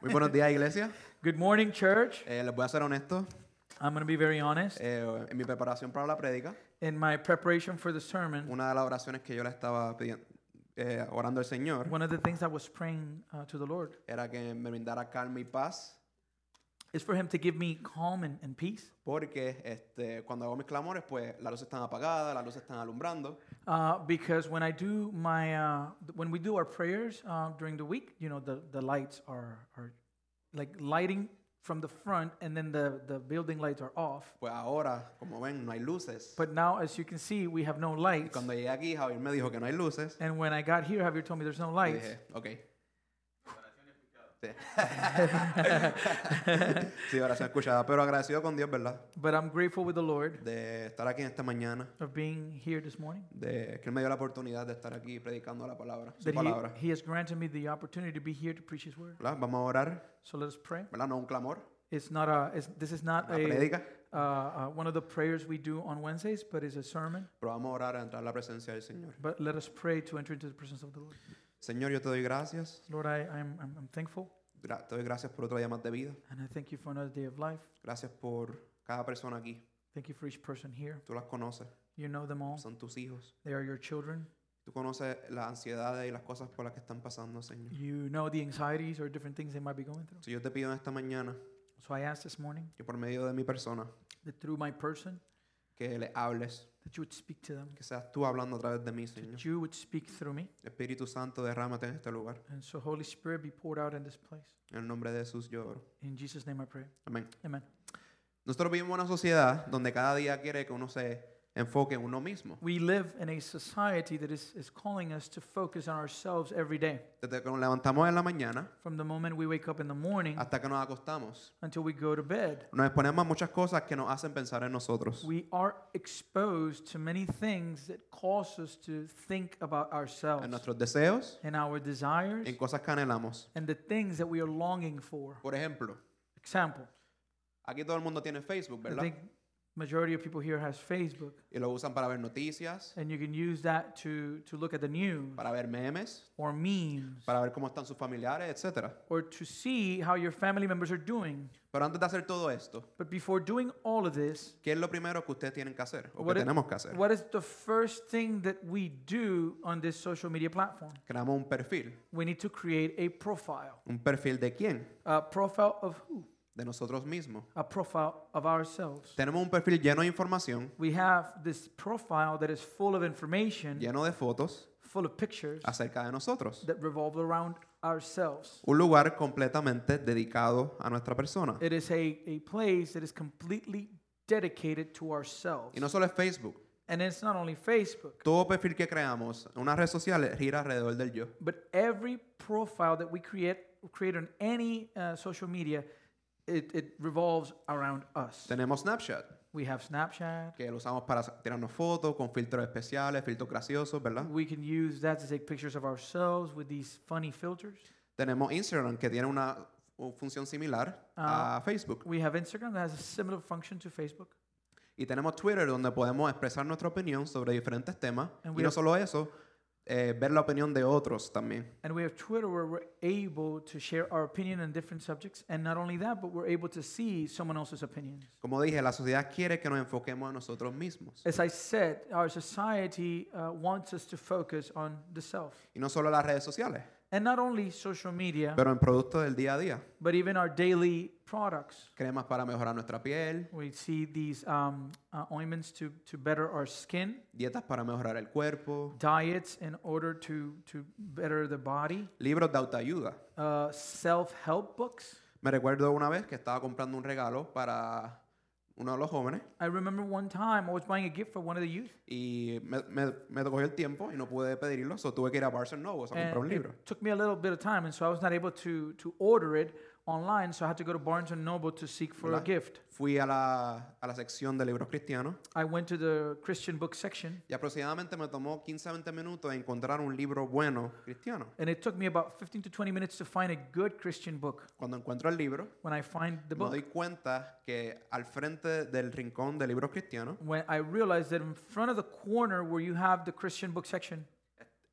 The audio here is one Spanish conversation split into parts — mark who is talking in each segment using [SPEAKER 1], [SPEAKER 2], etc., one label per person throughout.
[SPEAKER 1] Muy buenos días, iglesia.
[SPEAKER 2] Good morning, church.
[SPEAKER 1] Eh, les voy a ser honesto.
[SPEAKER 2] I'm going to be very honest.
[SPEAKER 1] eh, en mi preparación para la prédica,
[SPEAKER 2] In my preparation for the sermon,
[SPEAKER 1] una de las oraciones que yo le estaba pidiendo, eh, orando al Señor
[SPEAKER 2] one of the things I was praying uh, to the Lord
[SPEAKER 1] era que me brindara calma y paz,
[SPEAKER 2] is for Him to give me calm and, and peace.
[SPEAKER 1] porque este, cuando hago mis clamores, pues las luces están apagadas, las luces están alumbrando,
[SPEAKER 2] Uh, because when I do my, uh, when we do our prayers uh, during the week, you know, the, the lights are, are like lighting from the front and then the, the building lights are off.
[SPEAKER 1] pues ahora, como ven, no hay luces.
[SPEAKER 2] But now, as you can see, we have no
[SPEAKER 1] Y
[SPEAKER 2] lights.
[SPEAKER 1] cuando llegué aquí, Javier me dijo que no hay luces.
[SPEAKER 2] And when I got here, Javier told me there's no
[SPEAKER 1] Y
[SPEAKER 2] lights.
[SPEAKER 1] dije, ok. Sí. sí, oración escuchada, pero agradecido con Dios, ¿verdad?
[SPEAKER 2] But I'm grateful with the Lord
[SPEAKER 1] De estar aquí en esta mañana.
[SPEAKER 2] of being here this morning.
[SPEAKER 1] de que él me dio la oportunidad de estar aquí predicando la palabra, su
[SPEAKER 2] That
[SPEAKER 1] palabra.
[SPEAKER 2] he, he has granted me the opportunity to be here to preach His word.
[SPEAKER 1] ¿Verdad? Vamos a orar,
[SPEAKER 2] So let us pray.
[SPEAKER 1] ¿verdad? No un clamor,
[SPEAKER 2] It's not a. It's, this is not
[SPEAKER 1] una
[SPEAKER 2] a.
[SPEAKER 1] prédica,
[SPEAKER 2] Uh, uh, one of the prayers we do on Wednesdays, but it's a sermon.
[SPEAKER 1] pero vamos a orar a entrar a la presencia del Señor.
[SPEAKER 2] But let us pray to enter into the presence of the Lord.
[SPEAKER 1] Señor, yo te doy gracias,
[SPEAKER 2] Lord, I, I'm, I'm, I'm thankful,
[SPEAKER 1] Gra- te doy gracias por otro día más de vida,
[SPEAKER 2] and I thank you for another day of life.
[SPEAKER 1] gracias por cada persona aquí,
[SPEAKER 2] Thank you for each person here.
[SPEAKER 1] tú las conoces,
[SPEAKER 2] You know them all.
[SPEAKER 1] son tus hijos,
[SPEAKER 2] They are your children.
[SPEAKER 1] tú conoces las ansiedades y las cosas por las que están pasando, Señor.
[SPEAKER 2] You know the anxieties or different things they might be going through.
[SPEAKER 1] Si yo te pido en esta mañana
[SPEAKER 2] So I ask this morning
[SPEAKER 1] que por medio de mi persona,
[SPEAKER 2] that through my person,
[SPEAKER 1] que le hables,
[SPEAKER 2] that you would speak to them,
[SPEAKER 1] que seas tú hablando a través de mí, Señor.
[SPEAKER 2] that you would speak through me.
[SPEAKER 1] Espíritu Santo, derrámate en este lugar.
[SPEAKER 2] And so, Holy Spirit, be poured out in this place.
[SPEAKER 1] En el nombre de Jesús yo oro.
[SPEAKER 2] In Jesus' name I pray.
[SPEAKER 1] Amén.
[SPEAKER 2] Amen.
[SPEAKER 1] Nosotros vivimos en una sociedad donde cada día quiere que uno se enfoque en uno mismo.
[SPEAKER 2] We live in a society that is, is calling us to focus on ourselves every day.
[SPEAKER 1] Desde que nos levantamos en la mañana
[SPEAKER 2] From the moment we wake up in the morning
[SPEAKER 1] hasta que nos acostamos.
[SPEAKER 2] until we go to bed,
[SPEAKER 1] Nos exponemos a muchas cosas que nos hacen pensar en nosotros.
[SPEAKER 2] we are exposed to many things that cause us to think about
[SPEAKER 1] En
[SPEAKER 2] ourselves
[SPEAKER 1] nuestros deseos,
[SPEAKER 2] and our desires
[SPEAKER 1] en cosas que anhelamos.
[SPEAKER 2] and the things that we are longing for.
[SPEAKER 1] Por ejemplo,
[SPEAKER 2] Example,
[SPEAKER 1] aquí todo el mundo tiene Facebook,
[SPEAKER 2] I
[SPEAKER 1] ¿verdad?
[SPEAKER 2] think majority of people here has Facebook
[SPEAKER 1] Y lo usan para ver noticias,
[SPEAKER 2] and you can use that to, to look at the news
[SPEAKER 1] para ver memes,
[SPEAKER 2] or memes
[SPEAKER 1] para ver cómo están sus familiares, etc.
[SPEAKER 2] or to see how your family members are doing.
[SPEAKER 1] Pero antes de hacer todo esto,
[SPEAKER 2] But before doing all of this,
[SPEAKER 1] ¿qué es lo primero que ustedes tienen que hacer o que
[SPEAKER 2] What it-
[SPEAKER 1] tenemos que hacer?
[SPEAKER 2] What is the first thing that we do on this social media platform?
[SPEAKER 1] Creamos un perfil.
[SPEAKER 2] We need to create a profile.
[SPEAKER 1] ¿Un perfil de quién?
[SPEAKER 2] A profile of who?
[SPEAKER 1] De nosotros mismos.
[SPEAKER 2] A profile of ourselves.
[SPEAKER 1] Tenemos un perfil lleno de información,
[SPEAKER 2] We have this profile that is full of information,
[SPEAKER 1] lleno de fotos
[SPEAKER 2] full of pictures
[SPEAKER 1] acerca de nosotros.
[SPEAKER 2] that revolve around ourselves.
[SPEAKER 1] Un lugar completamente dedicado a nuestra persona.
[SPEAKER 2] It is a, a place that is completely dedicated to ourselves.
[SPEAKER 1] Y no solo es Facebook.
[SPEAKER 2] and it's not only Facebook,
[SPEAKER 1] Todo perfil que creamos en una red social gira alrededor del yo.
[SPEAKER 2] but every profile that we create, create on any uh, social media, it, it revolves around us.
[SPEAKER 1] Tenemos Snapchat,
[SPEAKER 2] We have Snapchat.
[SPEAKER 1] que lo usamos para tirarnos fotos con filtros especiales, filtros graciosos, ¿verdad?
[SPEAKER 2] We can use that to take pictures of ourselves with these funny filters.
[SPEAKER 1] Tenemos Instagram, que tiene una uh, función similar a Facebook.
[SPEAKER 2] We have Instagram that has a similar function to Facebook.
[SPEAKER 1] Y tenemos Twitter, donde podemos expresar nuestra opinión sobre diferentes temas.
[SPEAKER 2] And
[SPEAKER 1] Y
[SPEAKER 2] we
[SPEAKER 1] no
[SPEAKER 2] have-
[SPEAKER 1] solo eso, eh, ver la opinión de otros también.
[SPEAKER 2] And we have Twitter where we're able to share our opinion on different subjects. And not only that, but we're able to see someone else's opinions.
[SPEAKER 1] Como dije, la sociedad quiere que nos enfoquemos a nosotros mismos.
[SPEAKER 2] As I said, our society uh, wants us to focus on the self.
[SPEAKER 1] Y no solo las redes sociales,
[SPEAKER 2] And not only social media,
[SPEAKER 1] pero en productos del día a día.
[SPEAKER 2] but even our daily products.
[SPEAKER 1] Cremas para mejorar nuestra piel,
[SPEAKER 2] We see these um, uh, ointments to, to better our skin,
[SPEAKER 1] dietas para mejorar el cuerpo,
[SPEAKER 2] diets in order to, to better the body,
[SPEAKER 1] libros de autoayuda.
[SPEAKER 2] uh, self help books.
[SPEAKER 1] Me recuerdo una vez que estaba comprando un regalo para uno de los jóvenes
[SPEAKER 2] I remember one time I was buying a gift for one of the youth.
[SPEAKER 1] y me, me, me cogió el tiempo y no pude pedirlo, so tuve que ir a Barnes Noble a comprar un
[SPEAKER 2] And it
[SPEAKER 1] libro.
[SPEAKER 2] took me a little bit of time, and so I was not able to, to order it online, so I had to go to Barnes and Noble to seek for a
[SPEAKER 1] Hola.
[SPEAKER 2] gift.
[SPEAKER 1] Fui a la, a la sección de libros cristianos
[SPEAKER 2] I went to the Christian book section,
[SPEAKER 1] y aproximadamente me tomó 15 a 20 minutos encontrar un libro bueno cristiano.
[SPEAKER 2] and it took me about 15 to 20 minutes to find a good Christian book.
[SPEAKER 1] Cuando encuentro el libro,
[SPEAKER 2] When I find the
[SPEAKER 1] me
[SPEAKER 2] book,
[SPEAKER 1] doy cuenta que al frente del rincón de libros cristianos
[SPEAKER 2] when I realized that in front of the corner where you have the Christian book section,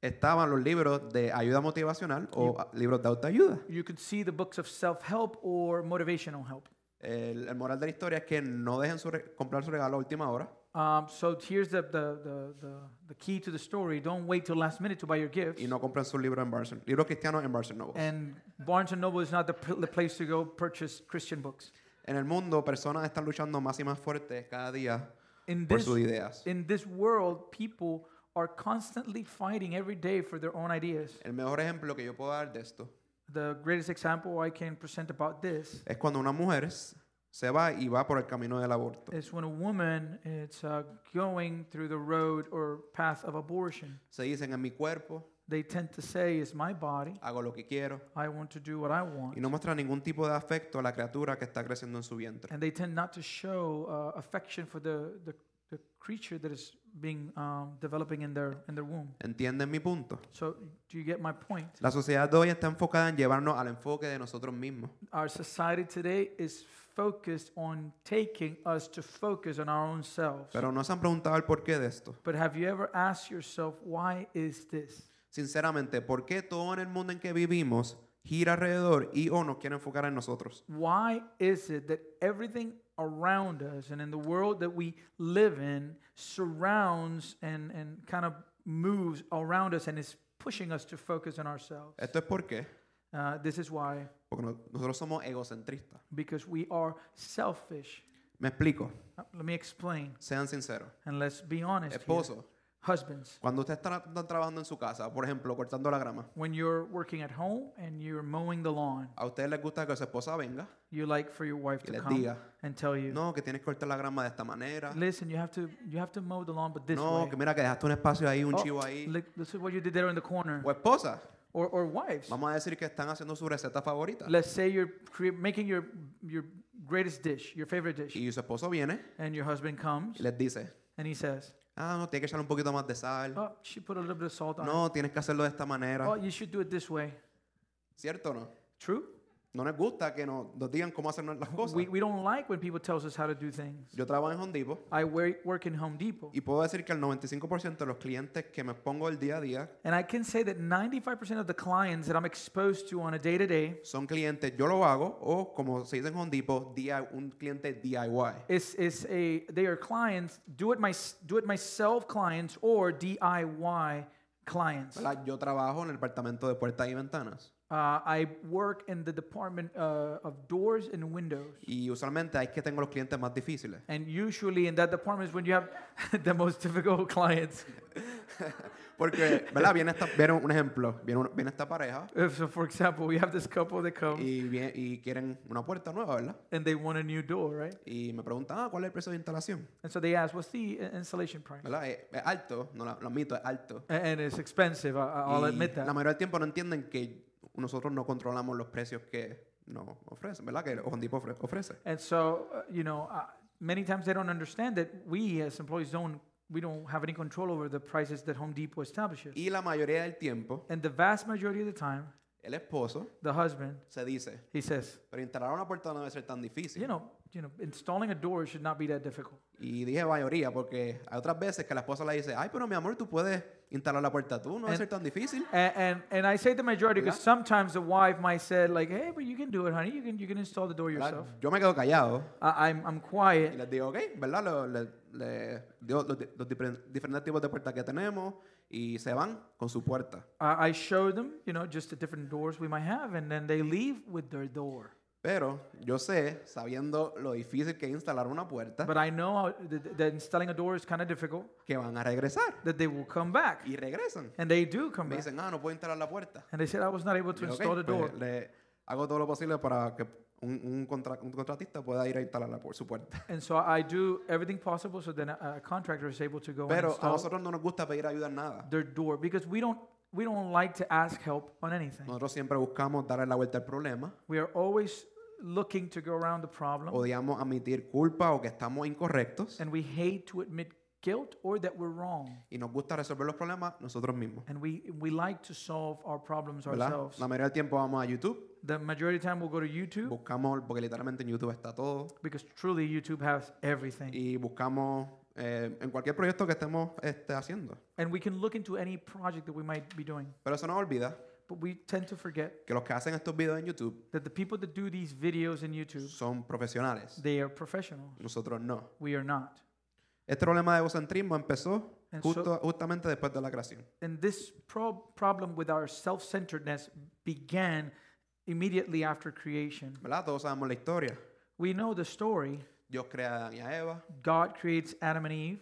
[SPEAKER 1] estaban los libros de ayuda motivacional o ah, libros de autoayuda.
[SPEAKER 2] You could see the books of self-help or motivational help.
[SPEAKER 1] El, el moral de la historia es que no dejen su re- comprar su regalo a última hora.
[SPEAKER 2] Um, so here's the, the, the, the, the key to the story. Don't wait till last minute to buy your gifts.
[SPEAKER 1] y no compren sus libros en Barnes and- libros cristianos en Barnes and Noble.
[SPEAKER 2] And Barnes and Noble is not the, pl- the place to go purchase Christian books.
[SPEAKER 1] En el mundo, personas están luchando más y más fuertes cada día
[SPEAKER 2] In
[SPEAKER 1] por
[SPEAKER 2] this,
[SPEAKER 1] sus ideas.
[SPEAKER 2] in this world, people are constantly fighting every day for their own ideas.
[SPEAKER 1] El mejor ejemplo que yo puedo dar de esto
[SPEAKER 2] The greatest example I can present about this
[SPEAKER 1] es cuando una mujer s- se va y va por el camino del aborto.
[SPEAKER 2] is when a woman is uh, going through the road or path of abortion.
[SPEAKER 1] Se dicen en mi cuerpo,
[SPEAKER 2] They tend to say, "It's my body.
[SPEAKER 1] hago lo que quiero
[SPEAKER 2] I want to do what I want,"
[SPEAKER 1] y no muestra ningún tipo de afecto a la criatura que está creciendo en su vientre.
[SPEAKER 2] and they tend not to show uh, affection for the, the the creature that is being um, developing in their in their womb.
[SPEAKER 1] ¿Entienden mi punto?
[SPEAKER 2] So, do you get my point?
[SPEAKER 1] La sociedad de hoy está enfocada en llevarnos al enfoque de nosotros mismos.
[SPEAKER 2] Our society today is focused on taking us to focus on our own selves.
[SPEAKER 1] Pero no se han preguntado el porqué de esto.
[SPEAKER 2] But have you ever asked yourself, why is this?
[SPEAKER 1] Sinceramente, ¿por qué todo en el mundo en que vivimos gira alrededor y o nos quiere enfocar en nosotros?
[SPEAKER 2] Why is it that everything around us and in the world that we live in surrounds and, and kind of moves around us and is pushing us to focus on ourselves?
[SPEAKER 1] Esto es por qué.
[SPEAKER 2] Uh, this is why,
[SPEAKER 1] Porque no- nosotros somos egocentristas.
[SPEAKER 2] because we are selfish.
[SPEAKER 1] Me explico,
[SPEAKER 2] Uh, Let me explain
[SPEAKER 1] sean sinceros.
[SPEAKER 2] and let's be honest. here.
[SPEAKER 1] Esposo,
[SPEAKER 2] Husbands,
[SPEAKER 1] cuando usted está, está trabajando en su casa, por ejemplo, cortando la grama,
[SPEAKER 2] when you're working at home and you're mowing the lawn,
[SPEAKER 1] a ustedes les gusta que su esposa venga
[SPEAKER 2] you like for your wife
[SPEAKER 1] y
[SPEAKER 2] to
[SPEAKER 1] les
[SPEAKER 2] come
[SPEAKER 1] diga,
[SPEAKER 2] and tell you,
[SPEAKER 1] no, que tienes que cortar la grama de esta manera,
[SPEAKER 2] listen, you have to you have to mow the lawn, but this
[SPEAKER 1] no,
[SPEAKER 2] way.
[SPEAKER 1] que mira que dejaste un espacio ahí, un
[SPEAKER 2] Oh,
[SPEAKER 1] chivo ahí.
[SPEAKER 2] look, this is what you did there in the corner.
[SPEAKER 1] O esposa,
[SPEAKER 2] Or, or wives.
[SPEAKER 1] vamos a decir que están haciendo su receta favorita.
[SPEAKER 2] Let's say you're cre- making your your greatest dish, your favorite dish,
[SPEAKER 1] Y su esposo viene
[SPEAKER 2] and your husband comes
[SPEAKER 1] y les dice,
[SPEAKER 2] and he says,
[SPEAKER 1] ah, no, tienes que echarle un poquito más de sal,
[SPEAKER 2] "Oh, she put a little bit of salt on
[SPEAKER 1] no, tienes que hacerlo de esta
[SPEAKER 2] it. Oh,
[SPEAKER 1] manera.
[SPEAKER 2] you should do it this way."
[SPEAKER 1] ¿Cierto o no?
[SPEAKER 2] True.
[SPEAKER 1] No nos gusta que nos, nos digan cómo hacer las cosas.
[SPEAKER 2] We, we don't like when people tells us how to do things.
[SPEAKER 1] Yo trabajo en Home Depot
[SPEAKER 2] I wor- work in Home Depot,
[SPEAKER 1] Y puedo decir que el 95% de los clientes que me pongo el día a día
[SPEAKER 2] and I can say that 95% of the clients that I'm exposed to on a day to day
[SPEAKER 1] son clientes, yo lo hago, o como se dice en Home Depot, DI un cliente DIY.
[SPEAKER 2] is is a they are clients do it my do it myself clients or DIY clients.
[SPEAKER 1] ¿verdad? Yo trabajo en el departamento de puertas y ventanas.
[SPEAKER 2] Uh, I work in the department uh, of doors and windows.
[SPEAKER 1] Y usualmente ahí es que tengo los clientes más difíciles.
[SPEAKER 2] And usually in that department is when you have the most difficult clients.
[SPEAKER 1] Porque, ¿verdad? Viene, esta, viene un ejemplo. Viene, un- viene esta pareja
[SPEAKER 2] If, Uh, so, for example, we have this couple that come
[SPEAKER 1] y, vie- y quieren una puerta nueva, ¿verdad?
[SPEAKER 2] and they want a new door, right?
[SPEAKER 1] Y me preguntan, ah, ¿cuál es el precio de instalación?
[SPEAKER 2] And so they ask, "What's the i- installation price?"
[SPEAKER 1] ¿Verdad? Eh, Es, es alto, no la- lo admito, es alto.
[SPEAKER 2] A- And it's expensive. I, I- I'll
[SPEAKER 1] Y
[SPEAKER 2] admit
[SPEAKER 1] La
[SPEAKER 2] that.
[SPEAKER 1] mayoría del tiempo no entienden que nosotros no controlamos los precios que nos ofrecen, ¿verdad? Que Home Depot ofre- ofrece.
[SPEAKER 2] And so uh, you know, uh, many times they don't understand that we as employees don't we don't have any control over the prices that Home Depot establishes.
[SPEAKER 1] Y la mayoría del tiempo,
[SPEAKER 2] And the vast majority of the time,
[SPEAKER 1] el esposo
[SPEAKER 2] the husband
[SPEAKER 1] se dice,
[SPEAKER 2] he says,
[SPEAKER 1] pero instalar una puerta no debe ser tan
[SPEAKER 2] you
[SPEAKER 1] difícil.
[SPEAKER 2] know, you know, installing a door should not be that difficult.
[SPEAKER 1] Y dije mayoría porque hay otras veces que la esposa le dice, ay, pero mi amor, tú puedes instalar la puerta tú, no debe
[SPEAKER 2] And-
[SPEAKER 1] ser tan difícil.
[SPEAKER 2] And, and, and I say the majority because
[SPEAKER 1] ¿Verdad?
[SPEAKER 2] sometimes the wife might say like, hey, but you can do it, honey. You can you can install the door
[SPEAKER 1] ¿Verdad?
[SPEAKER 2] yourself.
[SPEAKER 1] Yo me quedo callado
[SPEAKER 2] I, I'm I'm
[SPEAKER 1] y
[SPEAKER 2] quiet.
[SPEAKER 1] les digo, ok, ¿verdad? Lo- le- le digo los, di- los diferen- diferentes tipos de puertas que tenemos y se van con su puerta.
[SPEAKER 2] I, I show them, you know, just the different doors we might have, and then they leave with their door.
[SPEAKER 1] Pero yo sé, sabiendo lo difícil que es instalar una puerta,
[SPEAKER 2] But I know how, that, that installing a door is kind of difficult.
[SPEAKER 1] que van a regresar.
[SPEAKER 2] That they will come back,
[SPEAKER 1] Y regresan.
[SPEAKER 2] and they do come
[SPEAKER 1] Me
[SPEAKER 2] back.
[SPEAKER 1] dicen, ah, no puedo instalar la puerta.
[SPEAKER 2] And they said I was not able to
[SPEAKER 1] Yo, "Ok,
[SPEAKER 2] install the door.
[SPEAKER 1] pues, le hago todo lo posible para que un, un contra- un contratista pueda ir a instalar la pu- su puerta.
[SPEAKER 2] And so I do everything possible so then a, a contractor is able to go and
[SPEAKER 1] Pero a
[SPEAKER 2] install
[SPEAKER 1] nosotros no nos gusta pedir ayuda en nada.
[SPEAKER 2] their door because we don't we don't like to ask help on anything.
[SPEAKER 1] Nosotros siempre buscamos darle la vuelta al problema.
[SPEAKER 2] We are always looking to go around the problem,
[SPEAKER 1] Odiamos admitir culpa o que estamos incorrectos.
[SPEAKER 2] and we hate to admit guilt or that we're wrong.
[SPEAKER 1] Y nos gusta resolver los problemas nosotros mismos.
[SPEAKER 2] And we, we like to solve our problems
[SPEAKER 1] ¿verdad?
[SPEAKER 2] ourselves.
[SPEAKER 1] La mayoría del tiempo vamos a YouTube.
[SPEAKER 2] The majority of the time we'll go to YouTube
[SPEAKER 1] Buscamos, porque literalmente en YouTube está todo.
[SPEAKER 2] because truly YouTube has everything.
[SPEAKER 1] Y buscamos eh, en cualquier proyecto que estemos este, haciendo.
[SPEAKER 2] And we can look into any project that we might be doing.
[SPEAKER 1] Pero eso nos olvida
[SPEAKER 2] But we tend to forget
[SPEAKER 1] que los que hacen estos videos en YouTube
[SPEAKER 2] that the people that do these videos in YouTube,
[SPEAKER 1] son profesionales.
[SPEAKER 2] they are professionals.
[SPEAKER 1] Nosotros no.
[SPEAKER 2] We are not.
[SPEAKER 1] Este problema de egocentrismo empezó
[SPEAKER 2] And
[SPEAKER 1] justo, justamente después de la creación.
[SPEAKER 2] And this pro- problem with our self-centeredness began immediately after creation.
[SPEAKER 1] ¿Verdad? Todos sabemos la historia.
[SPEAKER 2] We know the story.
[SPEAKER 1] Dios crea a Adán y a Eva,
[SPEAKER 2] God creates Adam and Eve.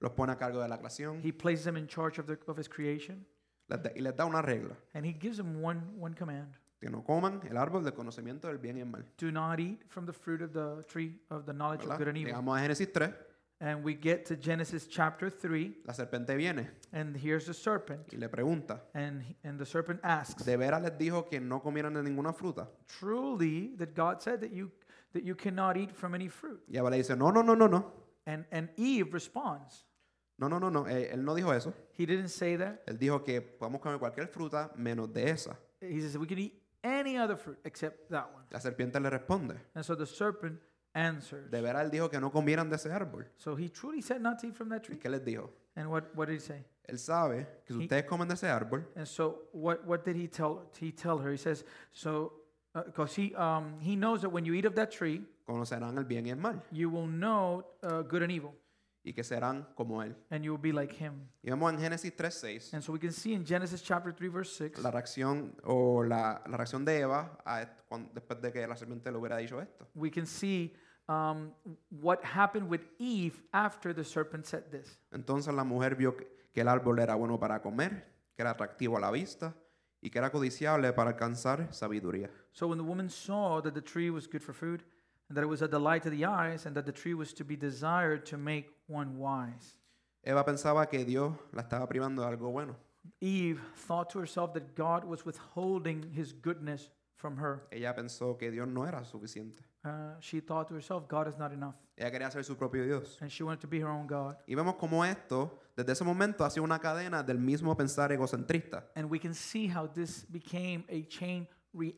[SPEAKER 1] los pone a cargo de la creación
[SPEAKER 2] He places them in charge of, the, of his creation,
[SPEAKER 1] les da- y les da una regla.
[SPEAKER 2] and he gives them one, one command.
[SPEAKER 1] Que no coman el árbol del conocimiento del bien y el mal.
[SPEAKER 2] Do not eat from the fruit of the tree of the knowledge of
[SPEAKER 1] ¿verdad?
[SPEAKER 2] good and evil.
[SPEAKER 1] Llegamos a Génesis 3,
[SPEAKER 2] And we get to Genesis chapter 3,
[SPEAKER 1] la serpiente viene
[SPEAKER 2] and here's the serpent.
[SPEAKER 1] y le pregunta,
[SPEAKER 2] And, he- and the serpent asks,
[SPEAKER 1] ¿de veras les dijo que no comieran de ninguna fruta?
[SPEAKER 2] Truly, that God said that you, that you cannot eat from any fruit.
[SPEAKER 1] Y Eva le dice, no, no, no, no, no,
[SPEAKER 2] And, and Eve responds,
[SPEAKER 1] no, no, no, no, Eh, él no dijo eso.
[SPEAKER 2] He didn't say that.
[SPEAKER 1] Él dijo que podemos comer cualquier fruta menos de esa.
[SPEAKER 2] He says, We can eat any other fruit except that one.
[SPEAKER 1] La serpiente le responde,
[SPEAKER 2] And so the serpent answers.
[SPEAKER 1] de veras él dijo que no comieran de ese árbol.
[SPEAKER 2] So he truly said not to eat from that
[SPEAKER 1] ¿Y
[SPEAKER 2] tree.
[SPEAKER 1] qué les dijo?
[SPEAKER 2] And what, what did he say?
[SPEAKER 1] Él sabe que si
[SPEAKER 2] He-
[SPEAKER 1] ustedes comen de ese árbol,
[SPEAKER 2] And so what, what did he tell he tell her? He says so because he um, he knows that when you eat of that tree,
[SPEAKER 1] conocerán el bien y el mal
[SPEAKER 2] you will know uh, good and evil,
[SPEAKER 1] y que serán como él.
[SPEAKER 2] and you will be like him.
[SPEAKER 1] Y vemos en Génesis 3.6
[SPEAKER 2] And so we can see in Genesis chapter three verse six
[SPEAKER 1] la reacción o la, la reacción de Eva a est- cuan- después de que la serpiente le hubiera dicho esto.
[SPEAKER 2] we can see um, what happened with Eve after the serpent said this.
[SPEAKER 1] Entonces la mujer vio que que el árbol era bueno para comer, que era atractivo a la vista y que era codiciable para alcanzar sabiduría.
[SPEAKER 2] So when the woman saw that the tree was good for food, and that it was a delight to the eyes, and that the tree was to be desired to make one wise.
[SPEAKER 1] Eva pensaba que Dios la estaba privando de algo bueno.
[SPEAKER 2] Eve thought to herself that God was withholding his goodness from her.
[SPEAKER 1] Ella pensó que Dios no era suficiente.
[SPEAKER 2] Uh, she thought to herself, God is not enough.
[SPEAKER 1] Ella quería ser su propio Dios.
[SPEAKER 2] And she wanted to be her own God.
[SPEAKER 1] Y vemos cómo esto, desde ese momento, ha sido una cadena del mismo pensar egocentrista.
[SPEAKER 2] And we can see how this became a chain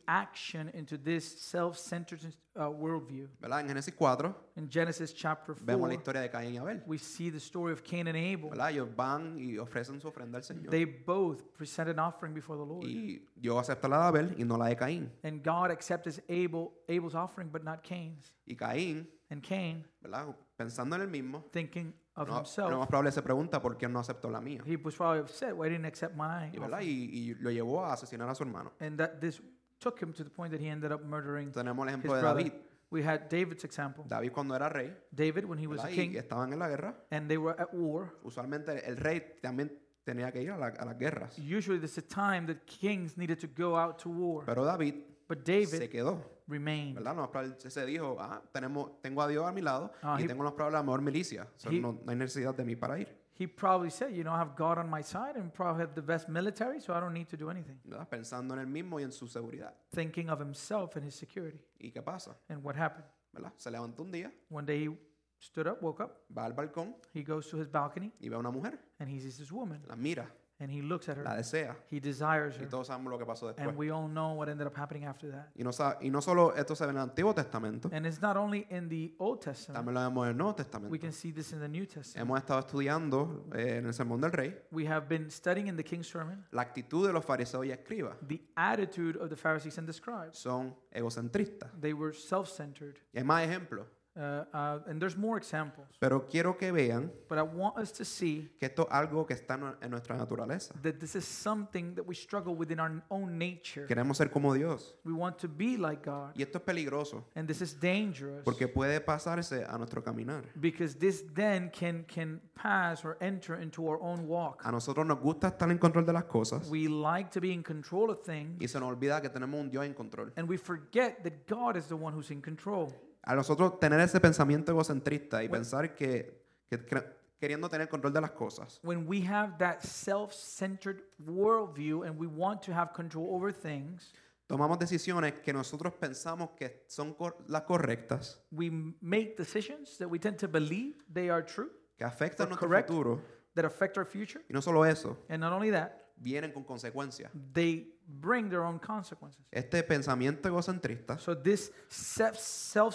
[SPEAKER 2] reaction into this self centered uh, worldview.
[SPEAKER 1] ¿verdad? En Génesis 4
[SPEAKER 2] In Genesis chapter
[SPEAKER 1] vemos la
[SPEAKER 2] 4,
[SPEAKER 1] historia de Caín y Abel.
[SPEAKER 2] we see the story of Cain and Abel.
[SPEAKER 1] ¿verdad? Ellos van y ofrecen su ofrenda al Señor.
[SPEAKER 2] They both present an offering before the Lord.
[SPEAKER 1] Y Dios acepta la de Abel y no la de Caín.
[SPEAKER 2] And God accepts Abel, Abel's offering, but not Cain's.
[SPEAKER 1] Y Caín,
[SPEAKER 2] And Cain,
[SPEAKER 1] ¿verdad? pensando en él mismo,
[SPEAKER 2] thinking of
[SPEAKER 1] no- Ah, lo más
[SPEAKER 2] himself,
[SPEAKER 1] probable se pregunta por qué no aceptó la mía.
[SPEAKER 2] he was probably upset. Why didn't accept my
[SPEAKER 1] Y, ¿verdad?
[SPEAKER 2] offering?
[SPEAKER 1] Y, y lo llevó a asesinar a su hermano.
[SPEAKER 2] And that this took him to the point that he ended up murdering
[SPEAKER 1] Tenemos el
[SPEAKER 2] his
[SPEAKER 1] ejemplo de
[SPEAKER 2] brother.
[SPEAKER 1] David.
[SPEAKER 2] We had David's example.
[SPEAKER 1] David cuando era rey,
[SPEAKER 2] David, when he was a
[SPEAKER 1] ¿verdad? y
[SPEAKER 2] king
[SPEAKER 1] estaban en la guerra,
[SPEAKER 2] and they were at war,
[SPEAKER 1] usualmente el rey también tenía que ir a, la- a las guerras.
[SPEAKER 2] usually this is a time that kings needed to go out to war.
[SPEAKER 1] Pero David
[SPEAKER 2] But
[SPEAKER 1] se
[SPEAKER 2] David
[SPEAKER 1] quedó.
[SPEAKER 2] remained.
[SPEAKER 1] ¿verdad? Lo más probable se- se dijo, ah, tenemos, tengo a Dios a mi lado
[SPEAKER 2] Ah,
[SPEAKER 1] y
[SPEAKER 2] he-
[SPEAKER 1] tengo los probable la mejor milicia. So,
[SPEAKER 2] he-
[SPEAKER 1] no, no hay necesidad de mí para ir.
[SPEAKER 2] He probably said, You know, I have God on my side and probably have the best military, so I don't need to do anything.
[SPEAKER 1] ¿verdad? Pensando en él mismo y en su seguridad.
[SPEAKER 2] Thinking of himself and his security.
[SPEAKER 1] ¿Y qué pasa?
[SPEAKER 2] And what happened?
[SPEAKER 1] ¿verdad? Se levanta un día,
[SPEAKER 2] One day he stood up, woke up,
[SPEAKER 1] va al balcón
[SPEAKER 2] he goes to his balcony,
[SPEAKER 1] y ve a una mujer,
[SPEAKER 2] and he sees this woman,
[SPEAKER 1] la mira,
[SPEAKER 2] and he looks at
[SPEAKER 1] la
[SPEAKER 2] her.
[SPEAKER 1] desea.
[SPEAKER 2] He desires
[SPEAKER 1] Y
[SPEAKER 2] her.
[SPEAKER 1] todos sabemos lo que pasó después.
[SPEAKER 2] And we all know what ended up happening after that.
[SPEAKER 1] Y no, sa- y no solo esto se ve en el Antiguo Testamento,
[SPEAKER 2] And it's not only in the Old Testament,
[SPEAKER 1] también lo vemos en el Nuevo
[SPEAKER 2] we
[SPEAKER 1] Testamento.
[SPEAKER 2] can see this in the New Testament.
[SPEAKER 1] Hemos estado estudiando eh, en el Sermón del Rey
[SPEAKER 2] We have been studying in the King's Sermon
[SPEAKER 1] la actitud de los fariseos y escribas.
[SPEAKER 2] the attitude of the Pharisees and the scribes.
[SPEAKER 1] Son egocentristas.
[SPEAKER 2] They were self centered.
[SPEAKER 1] Y hay más ejemplos.
[SPEAKER 2] Uh, uh, and there's more examples.
[SPEAKER 1] Pero quiero que vean
[SPEAKER 2] But I want us to see
[SPEAKER 1] que esto es algo que está nu- en nuestra naturaleza.
[SPEAKER 2] that this is something that we struggle with in our own nature.
[SPEAKER 1] Queremos ser como Dios.
[SPEAKER 2] We want to be like God.
[SPEAKER 1] Y esto es peligroso
[SPEAKER 2] And this is dangerous
[SPEAKER 1] porque puede pasarse a nuestro caminar.
[SPEAKER 2] because this then can, can pass or enter into our own walk.
[SPEAKER 1] A nosotros nos gusta estar en control de las cosas
[SPEAKER 2] We like to be in control of things
[SPEAKER 1] y se nos olvida que tenemos un Dios en control.
[SPEAKER 2] and we forget that God is the one who's in control.
[SPEAKER 1] A nosotros tener ese pensamiento egocentrista y pensar que, que cre- queriendo tener control de las cosas,
[SPEAKER 2] When we have that self centered worldview and we want to have control over things,
[SPEAKER 1] tomamos decisiones que nosotros pensamos que son cor- las correctas,
[SPEAKER 2] we m- make decisions that we tend to believe they are true,
[SPEAKER 1] que afectan
[SPEAKER 2] Or
[SPEAKER 1] nuestro
[SPEAKER 2] correct.
[SPEAKER 1] futuro.
[SPEAKER 2] that affect our future.
[SPEAKER 1] Y no solo eso,
[SPEAKER 2] And not only that,
[SPEAKER 1] vienen con consecuencias.
[SPEAKER 2] they bring their own consequences.
[SPEAKER 1] Este pensamiento egocentrista
[SPEAKER 2] So this se-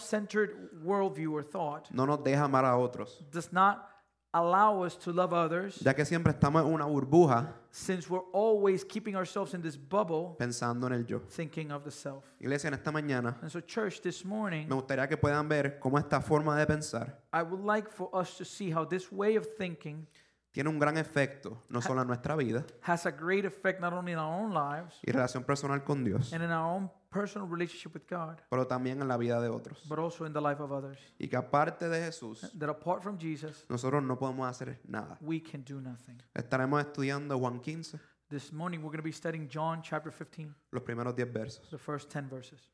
[SPEAKER 2] self-centered worldview or thought
[SPEAKER 1] no nos deja amar a otros,
[SPEAKER 2] does not allow us to love others
[SPEAKER 1] ya que siempre estamos en una burbuja
[SPEAKER 2] since we're always keeping ourselves in this bubble
[SPEAKER 1] pensando en el yo.
[SPEAKER 2] thinking of the self.
[SPEAKER 1] Iglesia, en esta mañana
[SPEAKER 2] And so church this morning
[SPEAKER 1] me gustaría que puedan ver cómo esta forma de pensar
[SPEAKER 2] I would like for us to see how this way of thinking
[SPEAKER 1] tiene un gran efecto, no solo en nuestra vida
[SPEAKER 2] has a great effect not only in our own lives
[SPEAKER 1] y relación personal con Dios,
[SPEAKER 2] and in our own personal relationship with God,
[SPEAKER 1] pero también en la vida de otros.
[SPEAKER 2] but also in the life of others.
[SPEAKER 1] Y que aparte de Jesús,
[SPEAKER 2] That apart from Jesus,
[SPEAKER 1] nosotros no podemos hacer nada.
[SPEAKER 2] we can do nothing.
[SPEAKER 1] Estaremos estudiando Juan 15,
[SPEAKER 2] This morning we're going to be studying John chapter 15,
[SPEAKER 1] los primeros 10 versos.
[SPEAKER 2] the first 10 verses.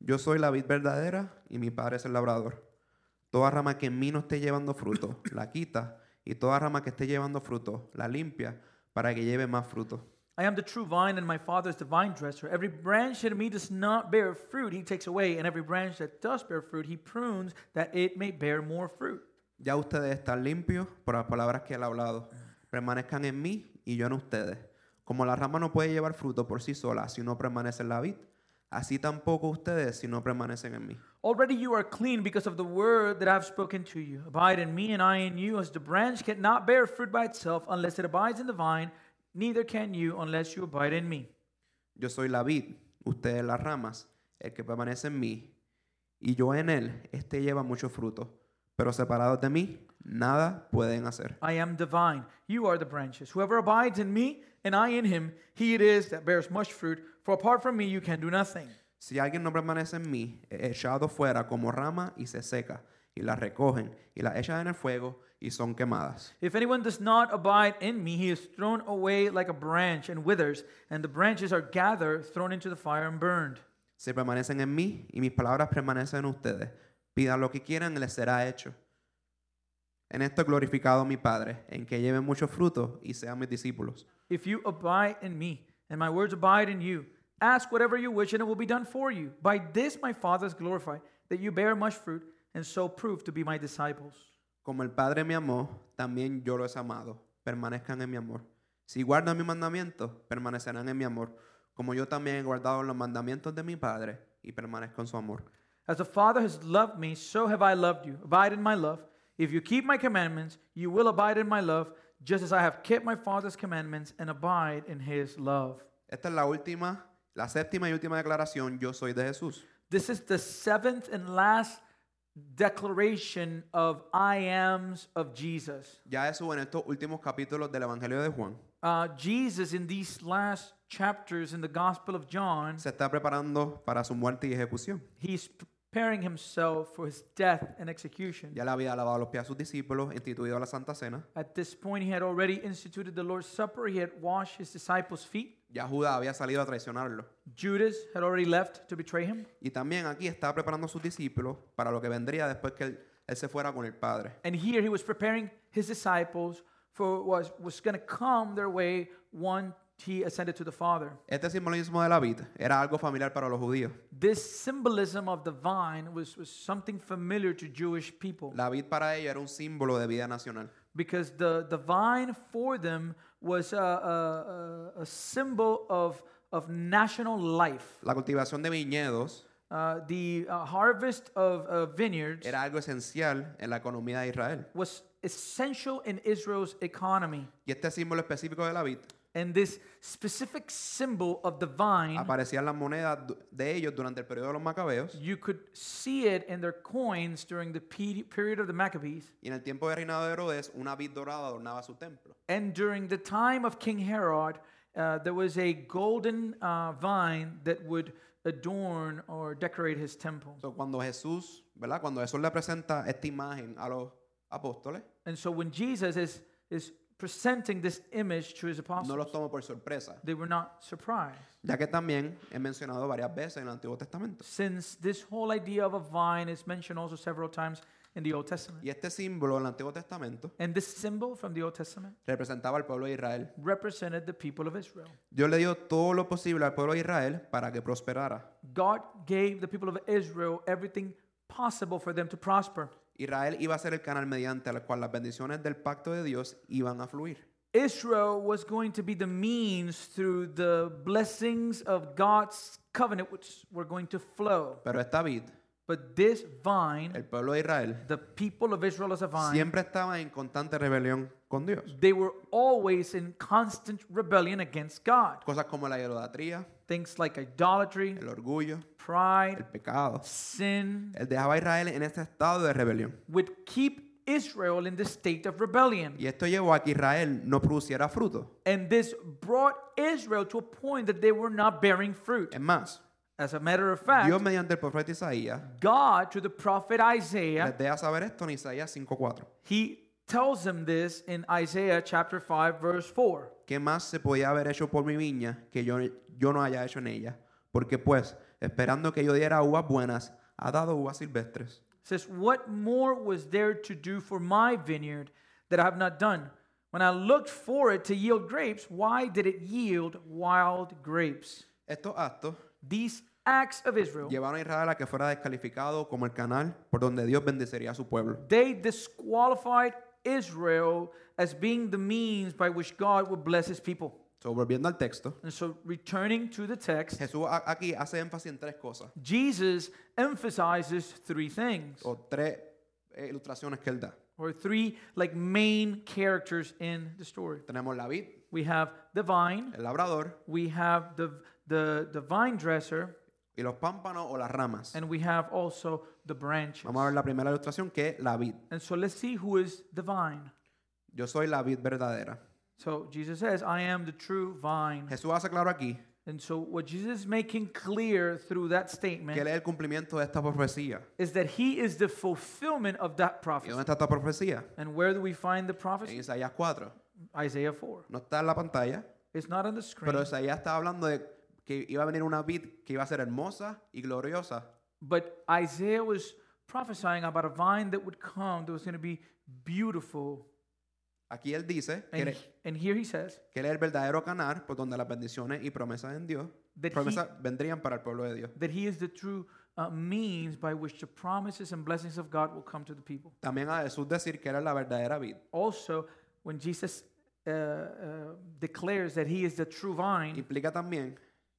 [SPEAKER 1] Yo soy la vid verdadera y mi padre es el labrador. Toda rama que en mí no esté llevando fruto, la quita, y toda rama que esté llevando fruto, la limpia, para que lleve más fruto.
[SPEAKER 2] I am the true vine, and my Father is the vine dresser. Every branch in me does not bear fruit, he takes away, and every branch that does bear fruit, he prunes that it may bear more fruit.
[SPEAKER 1] Ya ustedes están limpios por las palabras que él ha hablado. Permanezcan en mí y yo en ustedes. Como la rama no puede llevar fruto por sí sola si no permanece en la vid, así tampoco ustedes si no permanecen en mí.
[SPEAKER 2] Already you are clean because of the word that I have spoken to you. Abide in me, and I in you, as the branch cannot bear fruit by itself unless it abides in the vine, neither can you unless you abide in me.
[SPEAKER 1] Yo soy la vid, ustedes las ramas, el que permanece en mí y yo en él, este lleva mucho fruto, pero separados de mí, nada pueden hacer.
[SPEAKER 2] I am the vine, you are the branches. Whoever abides in me, and I in him, he it is that bears much fruit, for apart from me you can do nothing.
[SPEAKER 1] Si alguien no permanece en mí, es echado fuera como rama y se seca, y la recogen y la echan en el fuego y son quemadas.
[SPEAKER 2] If anyone does not abide in me, he is thrown away like a branch and withers, and the branches are gathered, thrown into the fire, and burned.
[SPEAKER 1] Si permanecen en mí y mis palabras permanecen en ustedes, pidan lo que quieran y les será hecho. En esto he glorificado a mi Padre, en que lleven mucho fruto y sean mis discípulos.
[SPEAKER 2] If you abide in me, and my words abide in you, ask whatever you wish, and it will be done for you. By this my Father is glorified, that you bear much fruit, and so prove to be my disciples.
[SPEAKER 1] Como el Padre me amó, también yo los he amado. Permanezcan en mi amor. Si guardan mis mandamientos, permanecerán en mi amor, como yo también he guardado los mandamientos de mi Padre y permanezco en su amor.
[SPEAKER 2] As the Father has loved me, so have I loved you. Abide in my love. If you keep my commandments, you will abide in my love, just as I have kept my Father's commandments and abide in his love.
[SPEAKER 1] Esta es la última, la séptima y última declaración, yo soy de Jesús.
[SPEAKER 2] This is the seventh and last declaration of I ams of Jesus.
[SPEAKER 1] Ya Jesús en estos últimos capítulos del Evangelio de Juan
[SPEAKER 2] Uh, Jesus, in these last chapters in the Gospel of John,
[SPEAKER 1] se está preparando para su muerte y ejecución.
[SPEAKER 2] he's preparing himself for his death and execution.
[SPEAKER 1] Ya le había lavado los pies a sus discípulos, instituido la Santa Cena.
[SPEAKER 2] At this point, he had already instituted the Lord's Supper, he had washed his disciples' feet.
[SPEAKER 1] Ya Judas había salido a traicionarlo.
[SPEAKER 2] Judas had already left to betray him.
[SPEAKER 1] Y también aquí estaba preparando a sus discípulos para lo que vendría después que él, él se fuera con el Padre.
[SPEAKER 2] And here he was preparing his disciples for what was, was going to come their way once he ascended to the Father.
[SPEAKER 1] Este simbolismo de la vid era algo familiar para los judíos.
[SPEAKER 2] This symbolism of the vine was, was something familiar to Jewish people
[SPEAKER 1] La vid para ellos era un símbolo de vida nacional.
[SPEAKER 2] because the, the vine for them was a, a, a- a symbol of, of national life.
[SPEAKER 1] La cultivación de viñedos
[SPEAKER 2] Uh, the uh, harvest of uh, vineyards
[SPEAKER 1] era algo esencial en la economía de Israel.
[SPEAKER 2] was essential in Israel's economy.
[SPEAKER 1] Y este símbolo específico de la vid
[SPEAKER 2] And this specific symbol of the vine,
[SPEAKER 1] aparecía en las monedas du- de ellos durante el periodo de los macabeos
[SPEAKER 2] you could see it in their coins during the pe- period of the Maccabees.
[SPEAKER 1] y en el tiempo de reinado de Herodes una vid dorada adornaba su templo.
[SPEAKER 2] And during the time of King Herod, uh, there was a golden uh, vine that would adorn or decorate his temple.
[SPEAKER 1] So, cuando Jesús, ¿verdad? Cuando Jesús le presenta esta imagen a los apóstoles,
[SPEAKER 2] And so when Jesus is, is presenting this image to his
[SPEAKER 1] no
[SPEAKER 2] apostles,
[SPEAKER 1] los tomó por sorpresa.
[SPEAKER 2] they were not surprised.
[SPEAKER 1] ya que también he mencionado varias veces en el Antiguo Testamento.
[SPEAKER 2] Since this whole idea of a vine is mentioned also several times in the Old Testament.
[SPEAKER 1] Y este símbolo en el Antiguo Testamento
[SPEAKER 2] And this symbol from the Old Testament
[SPEAKER 1] representaba al pueblo de Israel.
[SPEAKER 2] represented the people of Israel.
[SPEAKER 1] Dios le dio todo lo posible al pueblo de Israel para que prosperara.
[SPEAKER 2] God gave the people of Israel everything possible for them to prosper.
[SPEAKER 1] Israel iba a ser el canal mediante el cual las bendiciones del pacto de Dios iban a fluir.
[SPEAKER 2] Israel was going to be the means through the blessings of God's covenant, which were going to flow.
[SPEAKER 1] Pero esta vid,
[SPEAKER 2] But this vine,
[SPEAKER 1] el pueblo de Israel,
[SPEAKER 2] the people of Israel as a vine,
[SPEAKER 1] siempre estaba en constante rebelión con Dios.
[SPEAKER 2] they were always in constant rebellion against God.
[SPEAKER 1] Cosas como la idolatría,
[SPEAKER 2] Things like idolatry,
[SPEAKER 1] el orgullo, el
[SPEAKER 2] pride,
[SPEAKER 1] pecado.
[SPEAKER 2] sin
[SPEAKER 1] Él dejaba a Israel en ese estado de rebelión.
[SPEAKER 2] would keep Israel in the state of rebellion.
[SPEAKER 1] Y esto llevó a que Israel no produciera fruto.
[SPEAKER 2] And this brought Israel to a point that they were not bearing fruit.
[SPEAKER 1] Es más,
[SPEAKER 2] As a matter of fact,
[SPEAKER 1] Dios mediante el profeta Isaías
[SPEAKER 2] God to the prophet Isaiah,
[SPEAKER 1] les deja saber esto en Isaías 5.4.
[SPEAKER 2] he tells him this in Isaiah chapter 5, verse 4.
[SPEAKER 1] ¿Qué más se podía haber hecho por mi viña que yo, yo no haya hecho en ella? Porque pues, esperando que yo diera uvas buenas, ha dado uvas silvestres.
[SPEAKER 2] says, What more was there to do for my vineyard that I have not done? When I looked for it to yield grapes, why did it yield wild grapes?
[SPEAKER 1] Estos actos
[SPEAKER 2] These acts of Israel,
[SPEAKER 1] llevaron a Israel a que fuera descalificado como el canal por donde Dios bendecería a su pueblo.
[SPEAKER 2] they disqualified Israel as being the means by which God would bless his people.
[SPEAKER 1] So, volviendo al texto,
[SPEAKER 2] And so, returning to the text,
[SPEAKER 1] Jesús a- aquí hace énfasis en tres cosas,
[SPEAKER 2] Jesus emphasizes three things,
[SPEAKER 1] o tres eh, ilustraciones que él da.
[SPEAKER 2] or three like main characters in the story.
[SPEAKER 1] Tenemos la vid,
[SPEAKER 2] We have the vine,
[SPEAKER 1] el labrador,
[SPEAKER 2] we have the the the vine dresser
[SPEAKER 1] y los pámpanos o las ramas.
[SPEAKER 2] and we have also the branches
[SPEAKER 1] Vamos a ver la primera ilustración que es la vid.
[SPEAKER 2] and so let's see who is the vine
[SPEAKER 1] Yo soy la vid verdadera.
[SPEAKER 2] so jesus says i am the true vine
[SPEAKER 1] Jesús hace claro aquí
[SPEAKER 2] and so what jesus is making clear through that
[SPEAKER 1] que él
[SPEAKER 2] statement
[SPEAKER 1] es el cumplimiento de esta profecía.
[SPEAKER 2] is that he is the fulfillment of that
[SPEAKER 1] ¿Y dónde
[SPEAKER 2] prophecy
[SPEAKER 1] está esta profecía?
[SPEAKER 2] and where do we find the
[SPEAKER 1] En
[SPEAKER 2] prophecy
[SPEAKER 1] Isaías 4.
[SPEAKER 2] isaiah 4
[SPEAKER 1] No está en la pantalla,
[SPEAKER 2] it's not on the screen
[SPEAKER 1] pero Isaías está hablando de que iba a venir una vid que iba a ser hermosa y gloriosa.
[SPEAKER 2] but isaiah was prophesying about a vine that would come that was going to be beautiful
[SPEAKER 1] Aquí él dice que,
[SPEAKER 2] and,
[SPEAKER 1] él-
[SPEAKER 2] and here he says
[SPEAKER 1] que él es el verdadero canal por donde las bendiciones y promesas en Dios
[SPEAKER 2] That he-
[SPEAKER 1] promesas vendrían para el pueblo de Dios.
[SPEAKER 2] that he is the true uh, means by which the promises and blessings of God will come to the people.
[SPEAKER 1] También a Jesús decir que era la verdadera vid.
[SPEAKER 2] Also, when Jesus uh, uh, declares that he is the true vine,
[SPEAKER 1] Implica también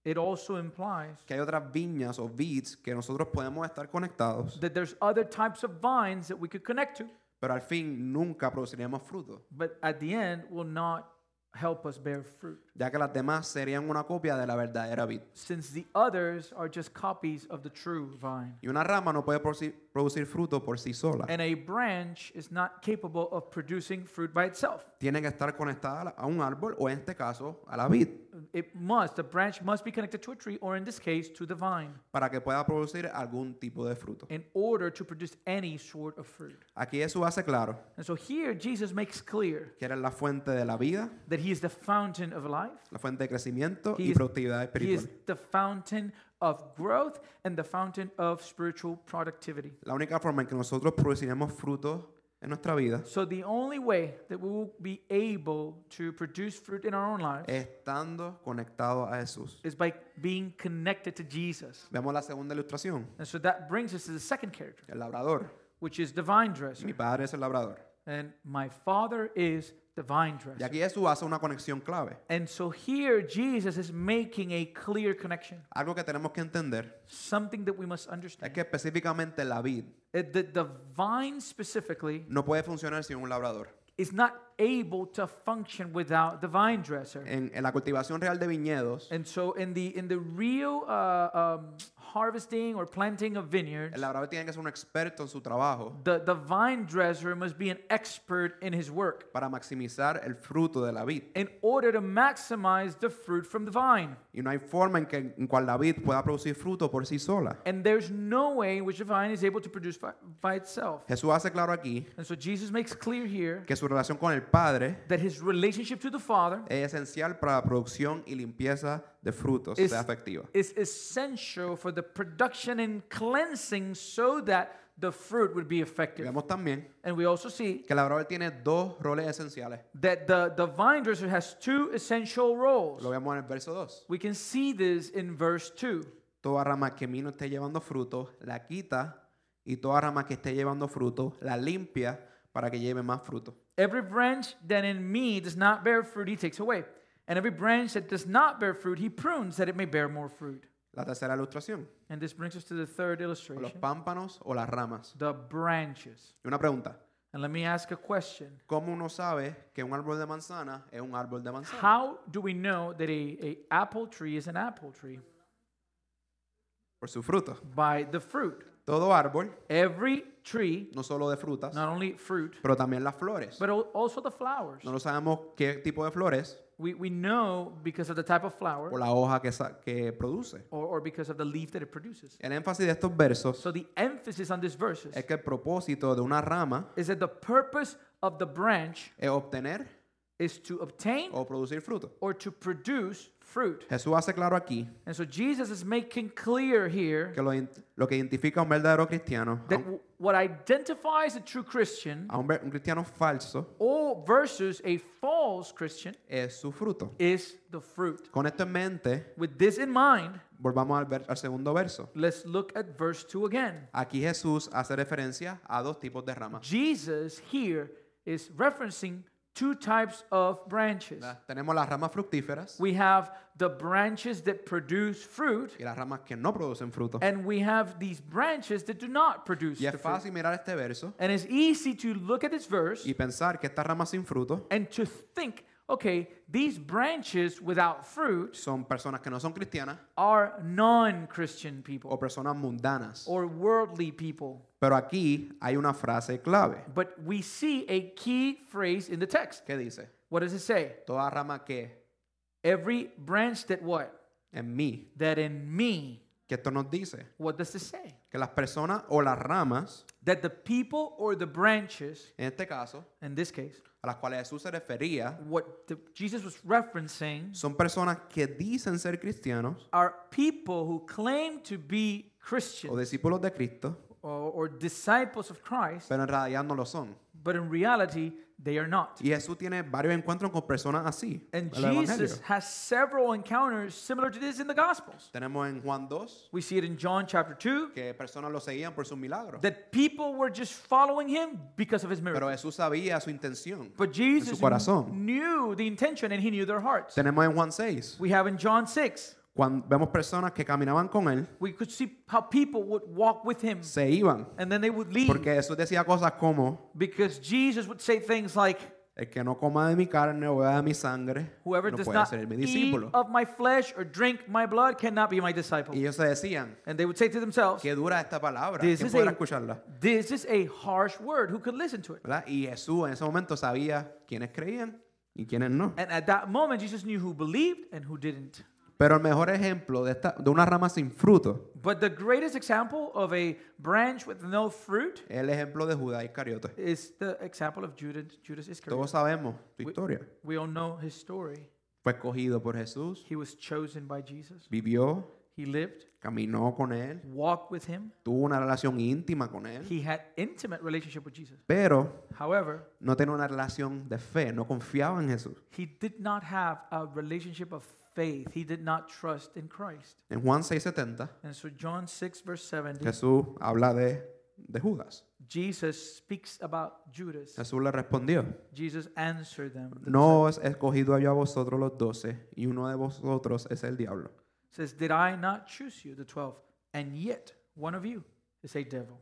[SPEAKER 2] it also implies
[SPEAKER 1] que hay otras viñas o vids que nosotros podemos estar conectados,
[SPEAKER 2] that there's other types of vines that we could connect to,
[SPEAKER 1] pero al fin nunca produciremos fruto,
[SPEAKER 2] but at the end will not help us bear fruit,
[SPEAKER 1] ya que las demás serían una copia de la verdadera vid.
[SPEAKER 2] since the others are just copies of the true vine.
[SPEAKER 1] Y una rama no puede produci- producir fruto por sí sola.
[SPEAKER 2] And a branch is not capable of producing fruit by itself.
[SPEAKER 1] Tiene que estar conectada a la- a un árbol o en este caso a la vid
[SPEAKER 2] It must, the branch must be connected to a tree, or in this case, to the vine.
[SPEAKER 1] para que pueda producir algún tipo de fruto.
[SPEAKER 2] in order to produce any sort of fruit.
[SPEAKER 1] Aquí Jesús hace claro
[SPEAKER 2] And so here Jesus makes clear
[SPEAKER 1] que eres la fuente de la vida,
[SPEAKER 2] that he is the fountain of life.
[SPEAKER 1] la fuente de crecimiento
[SPEAKER 2] He
[SPEAKER 1] y
[SPEAKER 2] is-
[SPEAKER 1] productividad
[SPEAKER 2] He is
[SPEAKER 1] espiritual.
[SPEAKER 2] the fountain of growth and the fountain of spiritual productivity.
[SPEAKER 1] La única forma en que nosotros produciremos frutos en nuestra vida
[SPEAKER 2] So the only way that we will be able to produce fruit in our own lives
[SPEAKER 1] es estando conectados a Jesús.
[SPEAKER 2] is by being connected to Jesus.
[SPEAKER 1] Veamos la segunda ilustración,
[SPEAKER 2] And so that brings us to the second character,
[SPEAKER 1] el labrador.
[SPEAKER 2] which is the vine dresser.
[SPEAKER 1] Mi padre es el labrador.
[SPEAKER 2] And my father is the vine
[SPEAKER 1] Y
[SPEAKER 2] dresser.
[SPEAKER 1] aquí Jesús hace una conexión clave,
[SPEAKER 2] And so here Jesus is making a clear connection,
[SPEAKER 1] algo que tenemos que entender.
[SPEAKER 2] something that we must understand.
[SPEAKER 1] Es que específicamente la vid
[SPEAKER 2] It- the, the vine specifically
[SPEAKER 1] no puede funcionar sin un labrador.
[SPEAKER 2] is not able to function without the vine dresser.
[SPEAKER 1] En, en la cultivación real de viñedos,
[SPEAKER 2] And so, in the in the real uh, um, harvesting or planting of vineyards,
[SPEAKER 1] el labrador tiene que ser un experto en su trabajo
[SPEAKER 2] the, the vine dresser must be an expert in his work
[SPEAKER 1] para maximizar el fruto de la vid.
[SPEAKER 2] in order to maximize the fruit from the vine.
[SPEAKER 1] Y no hay forma en que en cual la vid pueda producir fruto por sí sola.
[SPEAKER 2] And there's no way in which the vine is able to produce by, by itself.
[SPEAKER 1] Jesús hace claro aquí
[SPEAKER 2] And so, Jesus makes clear here
[SPEAKER 1] que su relación con el Padre
[SPEAKER 2] that his relationship to the Father
[SPEAKER 1] es esencial para la producción y limpieza de frutos
[SPEAKER 2] Es-
[SPEAKER 1] de afectiva.
[SPEAKER 2] is essential for the production and cleansing so that the fruit would be effective.
[SPEAKER 1] Vemos también
[SPEAKER 2] And we also see
[SPEAKER 1] que el labrador tiene dos roles esenciales.
[SPEAKER 2] that the, the vine dresser has two essential
[SPEAKER 1] Lo
[SPEAKER 2] roles.
[SPEAKER 1] vemos en el verso 2.
[SPEAKER 2] We can see this in verse 2.
[SPEAKER 1] Toda rama que en mí no esté llevando fruto, la quita. Y toda rama que esté llevando fruto, la limpia para que lleve más fruto.
[SPEAKER 2] Every branch that in me does not bear fruit, he takes away. And every branch that does not bear fruit, he prunes that it may bear more fruit.
[SPEAKER 1] La tercera ilustración,
[SPEAKER 2] And this brings us to the third
[SPEAKER 1] o los
[SPEAKER 2] illustration
[SPEAKER 1] pámpanos o las ramas.
[SPEAKER 2] the branches.
[SPEAKER 1] Y una pregunta,
[SPEAKER 2] And let me ask a question
[SPEAKER 1] ¿cómo uno sabe que un árbol de manzana es un árbol de manzana?
[SPEAKER 2] How do we know that a, a apple tree is an apple tree?
[SPEAKER 1] Por su fruto.
[SPEAKER 2] By the fruit.
[SPEAKER 1] Todo árbol,
[SPEAKER 2] Every tree,
[SPEAKER 1] no solo de frutas,
[SPEAKER 2] not only fruit,
[SPEAKER 1] pero también las flores.
[SPEAKER 2] but al- also the flowers.
[SPEAKER 1] No lo sabemos qué tipo de flores
[SPEAKER 2] We, we know because of the type of
[SPEAKER 1] o
[SPEAKER 2] flower
[SPEAKER 1] la hoja que, sa- que produce.
[SPEAKER 2] or, or because of the leaf that it produces.
[SPEAKER 1] El énfasis de estos versos
[SPEAKER 2] So the emphasis on these verses
[SPEAKER 1] es que el propósito de una rama
[SPEAKER 2] is that the purpose of the branch
[SPEAKER 1] es obtener
[SPEAKER 2] is to obtain
[SPEAKER 1] o producir fruto.
[SPEAKER 2] or to produce fruit.
[SPEAKER 1] Jesús hace claro aquí
[SPEAKER 2] And so Jesus is making clear here
[SPEAKER 1] que lo, in- lo que identifica a un verdadero cristiano, a
[SPEAKER 2] that
[SPEAKER 1] un,
[SPEAKER 2] w- what identifies a true Christian
[SPEAKER 1] a un ver- un cristiano falso,
[SPEAKER 2] or versus a false Christian
[SPEAKER 1] es su fruto.
[SPEAKER 2] is the fruit.
[SPEAKER 1] Con esto en mente,
[SPEAKER 2] With this in mind,
[SPEAKER 1] volvamos al, ver- al segundo verso.
[SPEAKER 2] let's look at verse 2 again.
[SPEAKER 1] Aquí Jesús hace referencia a dos tipos de ramas.
[SPEAKER 2] Jesus here is referencing two types of branches.
[SPEAKER 1] ¿verdad? Tenemos las ramas fructíferas
[SPEAKER 2] We have the branches that produce fruit,
[SPEAKER 1] y las ramas que no producen fruto.
[SPEAKER 2] and we have these branches that do not
[SPEAKER 1] Y
[SPEAKER 2] produce the
[SPEAKER 1] es
[SPEAKER 2] fruit.
[SPEAKER 1] fácil mirar este verso
[SPEAKER 2] And it's easy to look at this verse
[SPEAKER 1] y pensar que estas ramas sin fruto
[SPEAKER 2] and to think, okay, these branches without fruit
[SPEAKER 1] son personas que no son cristianas
[SPEAKER 2] are non Christian people
[SPEAKER 1] o personas mundanas.
[SPEAKER 2] or worldly people.
[SPEAKER 1] Pero aquí hay una frase clave
[SPEAKER 2] But we see a key phrase in the text.
[SPEAKER 1] que dice,
[SPEAKER 2] What does it say?
[SPEAKER 1] toda rama que
[SPEAKER 2] Every branch that what?
[SPEAKER 1] en mí,
[SPEAKER 2] That in me.
[SPEAKER 1] que esto nos dice
[SPEAKER 2] What does this say?
[SPEAKER 1] que las personas o las ramas,
[SPEAKER 2] That the people or the branches,
[SPEAKER 1] en este caso,
[SPEAKER 2] in this case,
[SPEAKER 1] a las cuales Jesús se refería,
[SPEAKER 2] what the, Jesus was referencing
[SPEAKER 1] son personas que dicen ser cristianos
[SPEAKER 2] are people who claim to be
[SPEAKER 1] o
[SPEAKER 2] Christians
[SPEAKER 1] discípulos de Cristo,
[SPEAKER 2] or, or disciples of Christ,
[SPEAKER 1] pero en realidad no lo son.
[SPEAKER 2] but in reality, they are not.
[SPEAKER 1] Y Jesús tiene varios encuentros con personas así. en
[SPEAKER 2] And
[SPEAKER 1] el Evangelio.
[SPEAKER 2] Jesus has several encounters similar to this in the Gospels.
[SPEAKER 1] Tenemos en Juan 2
[SPEAKER 2] We see it in John chapter 2
[SPEAKER 1] que personas lo seguían por sus milagros,
[SPEAKER 2] that people were just following him because of his
[SPEAKER 1] pero
[SPEAKER 2] miracles.
[SPEAKER 1] Jesús sabía su intención.
[SPEAKER 2] But Jesus
[SPEAKER 1] corazón.
[SPEAKER 2] knew the intention and he knew their hearts.
[SPEAKER 1] Tenemos en Juan 6
[SPEAKER 2] We have in John 6,
[SPEAKER 1] cuando vemos personas que caminaban con él,
[SPEAKER 2] we could see how people would walk with him
[SPEAKER 1] se iban.
[SPEAKER 2] and then they would leave
[SPEAKER 1] Porque Jesús decía cosas como,
[SPEAKER 2] because Jesus would say things like,
[SPEAKER 1] el que no coma de mi carne o beba de mi sangre,
[SPEAKER 2] Whoever
[SPEAKER 1] no
[SPEAKER 2] does
[SPEAKER 1] puede
[SPEAKER 2] not
[SPEAKER 1] ser mi
[SPEAKER 2] eat
[SPEAKER 1] discípulo.
[SPEAKER 2] of my flesh or drink my blood cannot be my disciple.
[SPEAKER 1] Y ellos se decían,
[SPEAKER 2] And they would say to themselves,
[SPEAKER 1] qué dura esta palabra,
[SPEAKER 2] This
[SPEAKER 1] ¿quién
[SPEAKER 2] is
[SPEAKER 1] podrá
[SPEAKER 2] a-
[SPEAKER 1] escucharla?
[SPEAKER 2] This is a harsh word. Who could listen to it?
[SPEAKER 1] ¿Verdad? Y Jesús en ese momento sabía quiénes creían y quiénes no.
[SPEAKER 2] And at that moment, Jesus knew who believed and who didn't.
[SPEAKER 1] Pero el mejor ejemplo de, esta, de una rama sin fruto
[SPEAKER 2] But the greatest example of a branch with no fruit
[SPEAKER 1] es el ejemplo de Judas Iscariote.
[SPEAKER 2] is the example of Judas, Judas Iscariot.
[SPEAKER 1] Todos sabemos su historia.
[SPEAKER 2] We all know his story.
[SPEAKER 1] Fue escogido por Jesús,
[SPEAKER 2] He was chosen by Jesus.
[SPEAKER 1] vivió,
[SPEAKER 2] He lived,
[SPEAKER 1] caminó con él,
[SPEAKER 2] walked with him.
[SPEAKER 1] tuvo una relación íntima con él.
[SPEAKER 2] He had intimate relationship with Jesus.
[SPEAKER 1] pero
[SPEAKER 2] However,
[SPEAKER 1] no tenía una relación de fe, no confiaba en Jesús.
[SPEAKER 2] he did not have a relationship of faith. He did not trust in Christ.
[SPEAKER 1] En Juan 6:70,
[SPEAKER 2] And so John 6 verse 70,
[SPEAKER 1] Jesús habla de, de Judas.
[SPEAKER 2] Jesus speaks about Judas.
[SPEAKER 1] Jesús le respondió,
[SPEAKER 2] Jesus answered them. The
[SPEAKER 1] no os he escogido yo a vosotros los doce, y uno de vosotros es el diablo.
[SPEAKER 2] says, Did I not choose you, the 12? And yet one of you is a devil.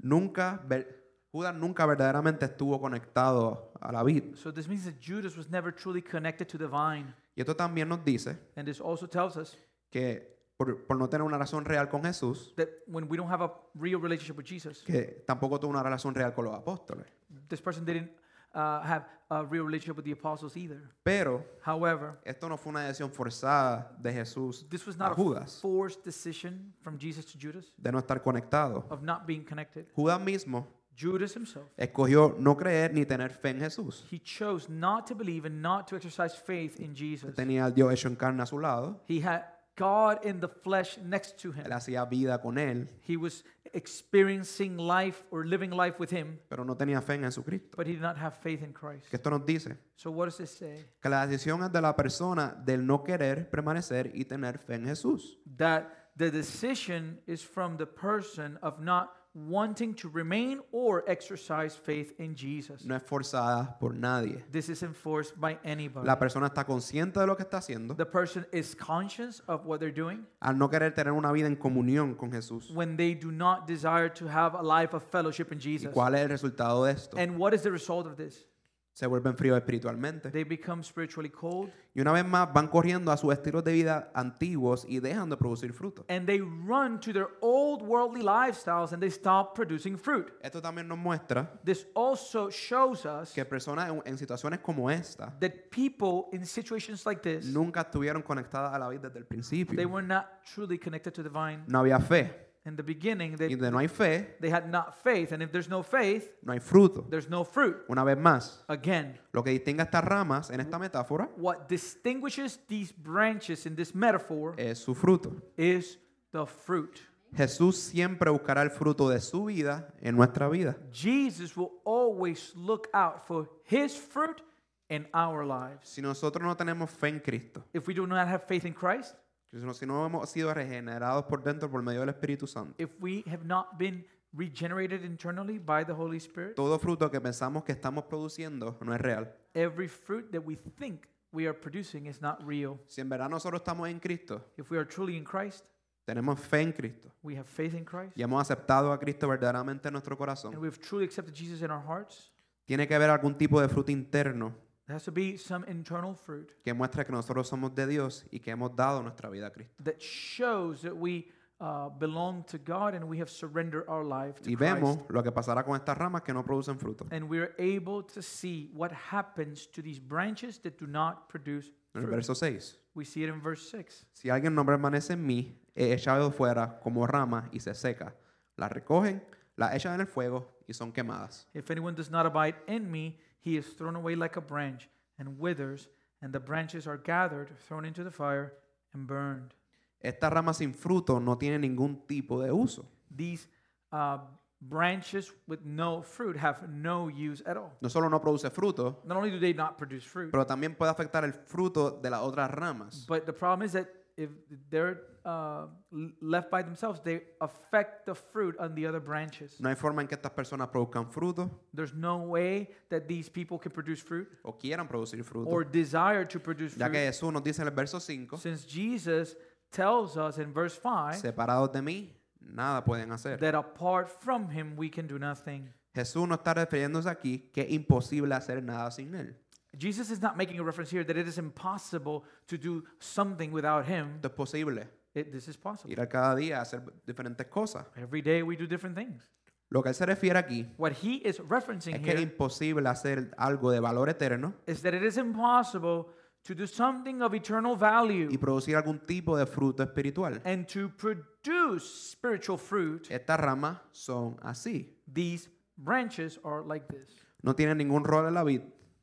[SPEAKER 1] Nunca, ver- Judas nunca verdaderamente estuvo conectado a la vid.
[SPEAKER 2] So this means that Judas was never truly connected to the vine.
[SPEAKER 1] Y esto también nos dice
[SPEAKER 2] And this also tells us
[SPEAKER 1] que por, por no tener una relación real con Jesús,
[SPEAKER 2] that when we don't have a real relationship with Jesus,
[SPEAKER 1] que tampoco tuvo una relación real con los apóstoles.
[SPEAKER 2] this person didn't uh, have a real relationship with the apostles either.
[SPEAKER 1] Pero
[SPEAKER 2] However,
[SPEAKER 1] esto no fue una decisión forzada de Jesús
[SPEAKER 2] this was
[SPEAKER 1] a
[SPEAKER 2] not a
[SPEAKER 1] Judas.
[SPEAKER 2] forced decision from Jesus to Judas
[SPEAKER 1] de no estar conectado.
[SPEAKER 2] of not being connected.
[SPEAKER 1] Judas mismo
[SPEAKER 2] Judas himself,
[SPEAKER 1] escogió no creer ni tener fe en Jesús.
[SPEAKER 2] he chose not to believe and not to exercise faith in Jesus.
[SPEAKER 1] Tenía al Dios hecho en carne a su lado.
[SPEAKER 2] He had God in the flesh next to
[SPEAKER 1] Él
[SPEAKER 2] him.
[SPEAKER 1] hacía vida con él,
[SPEAKER 2] He was experiencing life or living life with him,
[SPEAKER 1] pero no tenía fe en Jesucristo.
[SPEAKER 2] but he did not have faith in Christ.
[SPEAKER 1] Que esto nos dice
[SPEAKER 2] So what does this say?
[SPEAKER 1] que la decisión es de la persona del no querer permanecer y tener fe en Jesús.
[SPEAKER 2] That the decision is from the person of not wanting to remain or exercise faith in Jesus.
[SPEAKER 1] No es forzada por nadie.
[SPEAKER 2] This isn't forced by anybody.
[SPEAKER 1] La persona está consciente de lo que está haciendo.
[SPEAKER 2] The person is conscious of what they're doing
[SPEAKER 1] Al no querer tener una vida en comunión con Jesús.
[SPEAKER 2] when they do not desire to have a life of fellowship in
[SPEAKER 1] ¿Y
[SPEAKER 2] Jesus.
[SPEAKER 1] cuál es el resultado de esto?
[SPEAKER 2] And what is the result of this?
[SPEAKER 1] Se vuelven fríos espiritualmente.
[SPEAKER 2] They become spiritually cold
[SPEAKER 1] Y una vez más van corriendo a sus estilos de vida antiguos y dejan de producir fruto.
[SPEAKER 2] and they run to their old worldly lifestyles and they stop producing fruit.
[SPEAKER 1] Esto también nos muestra
[SPEAKER 2] This also shows us
[SPEAKER 1] que personas en, en situaciones como esta
[SPEAKER 2] that people in situations like this,
[SPEAKER 1] nunca estuvieron conectadas a la vida desde el
[SPEAKER 2] they
[SPEAKER 1] principio.
[SPEAKER 2] were not truly connected to the vine.
[SPEAKER 1] No había fe.
[SPEAKER 2] In the beginning,
[SPEAKER 1] Y
[SPEAKER 2] they,
[SPEAKER 1] donde no hay fe,
[SPEAKER 2] they had not faith. And if there's no faith,
[SPEAKER 1] no hay fruto.
[SPEAKER 2] there's no fruit.
[SPEAKER 1] Una vez más,
[SPEAKER 2] Again,
[SPEAKER 1] lo que distingue a estas ramas en esta metáfora
[SPEAKER 2] what distinguishes these branches in this metaphor
[SPEAKER 1] es su fruto.
[SPEAKER 2] is the fruit.
[SPEAKER 1] Jesús siempre buscará el fruto de su vida en nuestra vida.
[SPEAKER 2] Jesus will always look out for his fruit in our lives.
[SPEAKER 1] Si nosotros no tenemos fe en Cristo,
[SPEAKER 2] If we do not have faith in Christ,
[SPEAKER 1] si no- si no hemos sido regenerados por dentro por medio del Espíritu Santo,
[SPEAKER 2] if we have not been regenerated internally by the Holy Spirit,
[SPEAKER 1] todo fruto que pensamos que estamos produciendo no es real.
[SPEAKER 2] every fruit that we think we are producing is not real.
[SPEAKER 1] Si en verdad nosotros estamos en Cristo,
[SPEAKER 2] If we are truly in Christ,
[SPEAKER 1] tenemos fe en Cristo
[SPEAKER 2] we have faith in Christ,
[SPEAKER 1] y hemos aceptado a Cristo verdaderamente en nuestro
[SPEAKER 2] and
[SPEAKER 1] corazón,
[SPEAKER 2] we've truly accepted Jesus in our hearts,
[SPEAKER 1] tiene que haber algún tipo de fruto interno
[SPEAKER 2] there has to be some internal fruit
[SPEAKER 1] que muestre que nosotros somos de Dios y que hemos dado nuestra vida a Cristo.
[SPEAKER 2] that shows that we uh, belong to God and we have surrendered our life to
[SPEAKER 1] Y
[SPEAKER 2] Christ.
[SPEAKER 1] vemos lo que pasará con estas ramas que no producen fruto.
[SPEAKER 2] And we are able to see what happens to these branches that do not produce
[SPEAKER 1] En el
[SPEAKER 2] fruit.
[SPEAKER 1] verso 6.
[SPEAKER 2] We see it in verse 6.
[SPEAKER 1] Si alguien no permanece en mí, es echado fuera como rama y se seca. La recogen, la echan en el fuego y son quemadas.
[SPEAKER 2] If anyone does not abide in me, he is thrown away like a branch and withers, and the branches are gathered, thrown into the fire, and burned.
[SPEAKER 1] Estas ramas sin fruto no tienen ningún tipo de uso.
[SPEAKER 2] These uh, branches with no fruit have no use at all.
[SPEAKER 1] No solo no produce fruto,
[SPEAKER 2] Not only do they not produce fruit,
[SPEAKER 1] pero también puede afectar el fruto de las otras ramas.
[SPEAKER 2] But the problem is that if they're uh, l- left by themselves, they affect the fruit on the other branches.
[SPEAKER 1] No hay forma en que estas personas produzcan fruto
[SPEAKER 2] There's no way that these people can produce fruit
[SPEAKER 1] o quieran producir
[SPEAKER 2] or
[SPEAKER 1] fruto.
[SPEAKER 2] desire to produce
[SPEAKER 1] Ya que
[SPEAKER 2] fruit.
[SPEAKER 1] Jesús nos dice en el verso 5,
[SPEAKER 2] Since Jesus tells us in verse 5
[SPEAKER 1] separados de mí, nada pueden hacer.
[SPEAKER 2] that apart from him we can do nothing.
[SPEAKER 1] Jesús no está refiriéndose aquí que es imposible hacer nada sin Él.
[SPEAKER 2] Jesus is not making a reference here that it is impossible to do something without him.
[SPEAKER 1] Esto es posible.
[SPEAKER 2] It, this is possible.
[SPEAKER 1] ir a cada día a hacer diferentes cosas.
[SPEAKER 2] Every day we do different things.
[SPEAKER 1] Lo que él se refiere aquí
[SPEAKER 2] What he is referencing
[SPEAKER 1] es que es
[SPEAKER 2] here
[SPEAKER 1] imposible hacer algo de valor eterno
[SPEAKER 2] is that it is impossible to do something of eternal
[SPEAKER 1] y
[SPEAKER 2] value
[SPEAKER 1] producir algún tipo de fruto espiritual.
[SPEAKER 2] and to produce spiritual fruit.
[SPEAKER 1] Estas ramas son así.
[SPEAKER 2] These branches are like this.
[SPEAKER 1] No tienen ningún rol en la vid,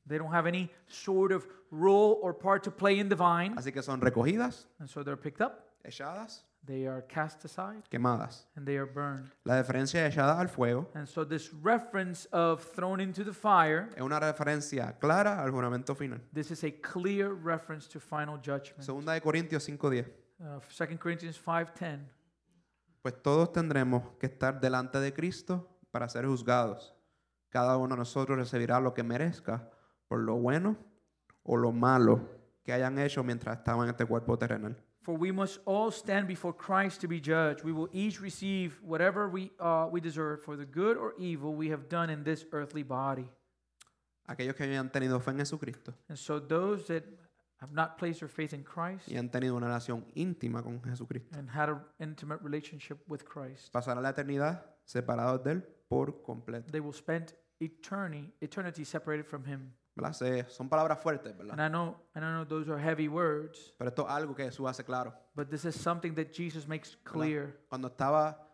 [SPEAKER 2] They don't have any sort of role or part to play in the vine,
[SPEAKER 1] así que son recogidas,
[SPEAKER 2] and so they're picked up,
[SPEAKER 1] echadas,
[SPEAKER 2] they are cast aside,
[SPEAKER 1] quemadas.
[SPEAKER 2] and they are burned.
[SPEAKER 1] La diferencia de echadas al fuego
[SPEAKER 2] And so this reference of thrown into the fire,
[SPEAKER 1] es una referencia clara al juramento final.
[SPEAKER 2] this is a clear reference to final judgment.
[SPEAKER 1] Segunda de Corintios 5:10.
[SPEAKER 2] Uh, 2 Corinthians 5:10.
[SPEAKER 1] Pues todos tendremos que estar delante de Cristo para ser juzgados. Cada uno de nosotros recibirá lo que merezca por lo bueno o lo malo que hayan hecho mientras estaban en este cuerpo terrenal.
[SPEAKER 2] For we must all stand before Christ to be judged. We will each receive whatever we, uh, we deserve for the good or evil we have done in this earthly body.
[SPEAKER 1] Aquellos que habían tenido fe en Jesucristo
[SPEAKER 2] And so, those that have not placed their faith in Christ
[SPEAKER 1] y han tenido una relación íntima con Jesucristo
[SPEAKER 2] and had an intimate relationship with Christ,
[SPEAKER 1] pasarán la eternidad separados de Él por completo.
[SPEAKER 2] they will spend eternity, eternity separated from Him.
[SPEAKER 1] ¿Verdad? Se- son palabras fuertes,
[SPEAKER 2] And
[SPEAKER 1] ¿verdad?
[SPEAKER 2] I know, and I know those are heavy words,
[SPEAKER 1] Pero esto es algo que Jesús hace claro.
[SPEAKER 2] but this is something that Jesus makes clear.
[SPEAKER 1] Cuando estaba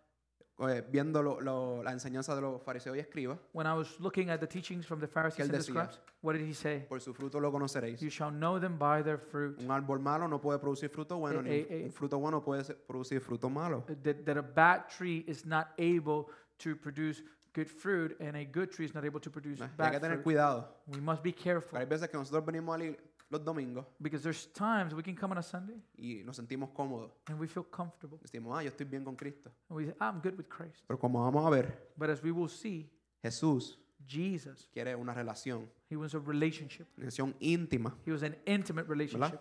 [SPEAKER 1] eh, viendo lo- lo- la enseñanza de los fariseos y escribas,
[SPEAKER 2] When I was looking at the teachings from the Pharisees
[SPEAKER 1] él
[SPEAKER 2] and the
[SPEAKER 1] decía?
[SPEAKER 2] scribes, what did He say?
[SPEAKER 1] por su fruto lo conoceréis.
[SPEAKER 2] You shall know them by their fruit.
[SPEAKER 1] Un árbol malo no puede producir fruto bueno,
[SPEAKER 2] Eh,
[SPEAKER 1] ni
[SPEAKER 2] eh, eh.
[SPEAKER 1] un fruto bueno puede ser- producir fruto malo.
[SPEAKER 2] Uh, that, that a bad tree is not able to produce good fruit and a good tree is not able to produce
[SPEAKER 1] Nah, Hay que
[SPEAKER 2] bad
[SPEAKER 1] tener
[SPEAKER 2] fruit.
[SPEAKER 1] cuidado.
[SPEAKER 2] We must be
[SPEAKER 1] porque
[SPEAKER 2] careful.
[SPEAKER 1] Hay veces que nosotros venimos a la ig- los domingos
[SPEAKER 2] Because there's times we can come on a Sunday
[SPEAKER 1] y nos sentimos cómodos.
[SPEAKER 2] and we feel comfortable.
[SPEAKER 1] Decimos, ah, yo estoy bien con Cristo.
[SPEAKER 2] And we say, I'm good with Christ.
[SPEAKER 1] Pero como vamos a ver,
[SPEAKER 2] But as we will see,
[SPEAKER 1] Jesús
[SPEAKER 2] Jesus,
[SPEAKER 1] quiere una relación,
[SPEAKER 2] he was a relationship.
[SPEAKER 1] una relación íntima.
[SPEAKER 2] He was an intimate relationship.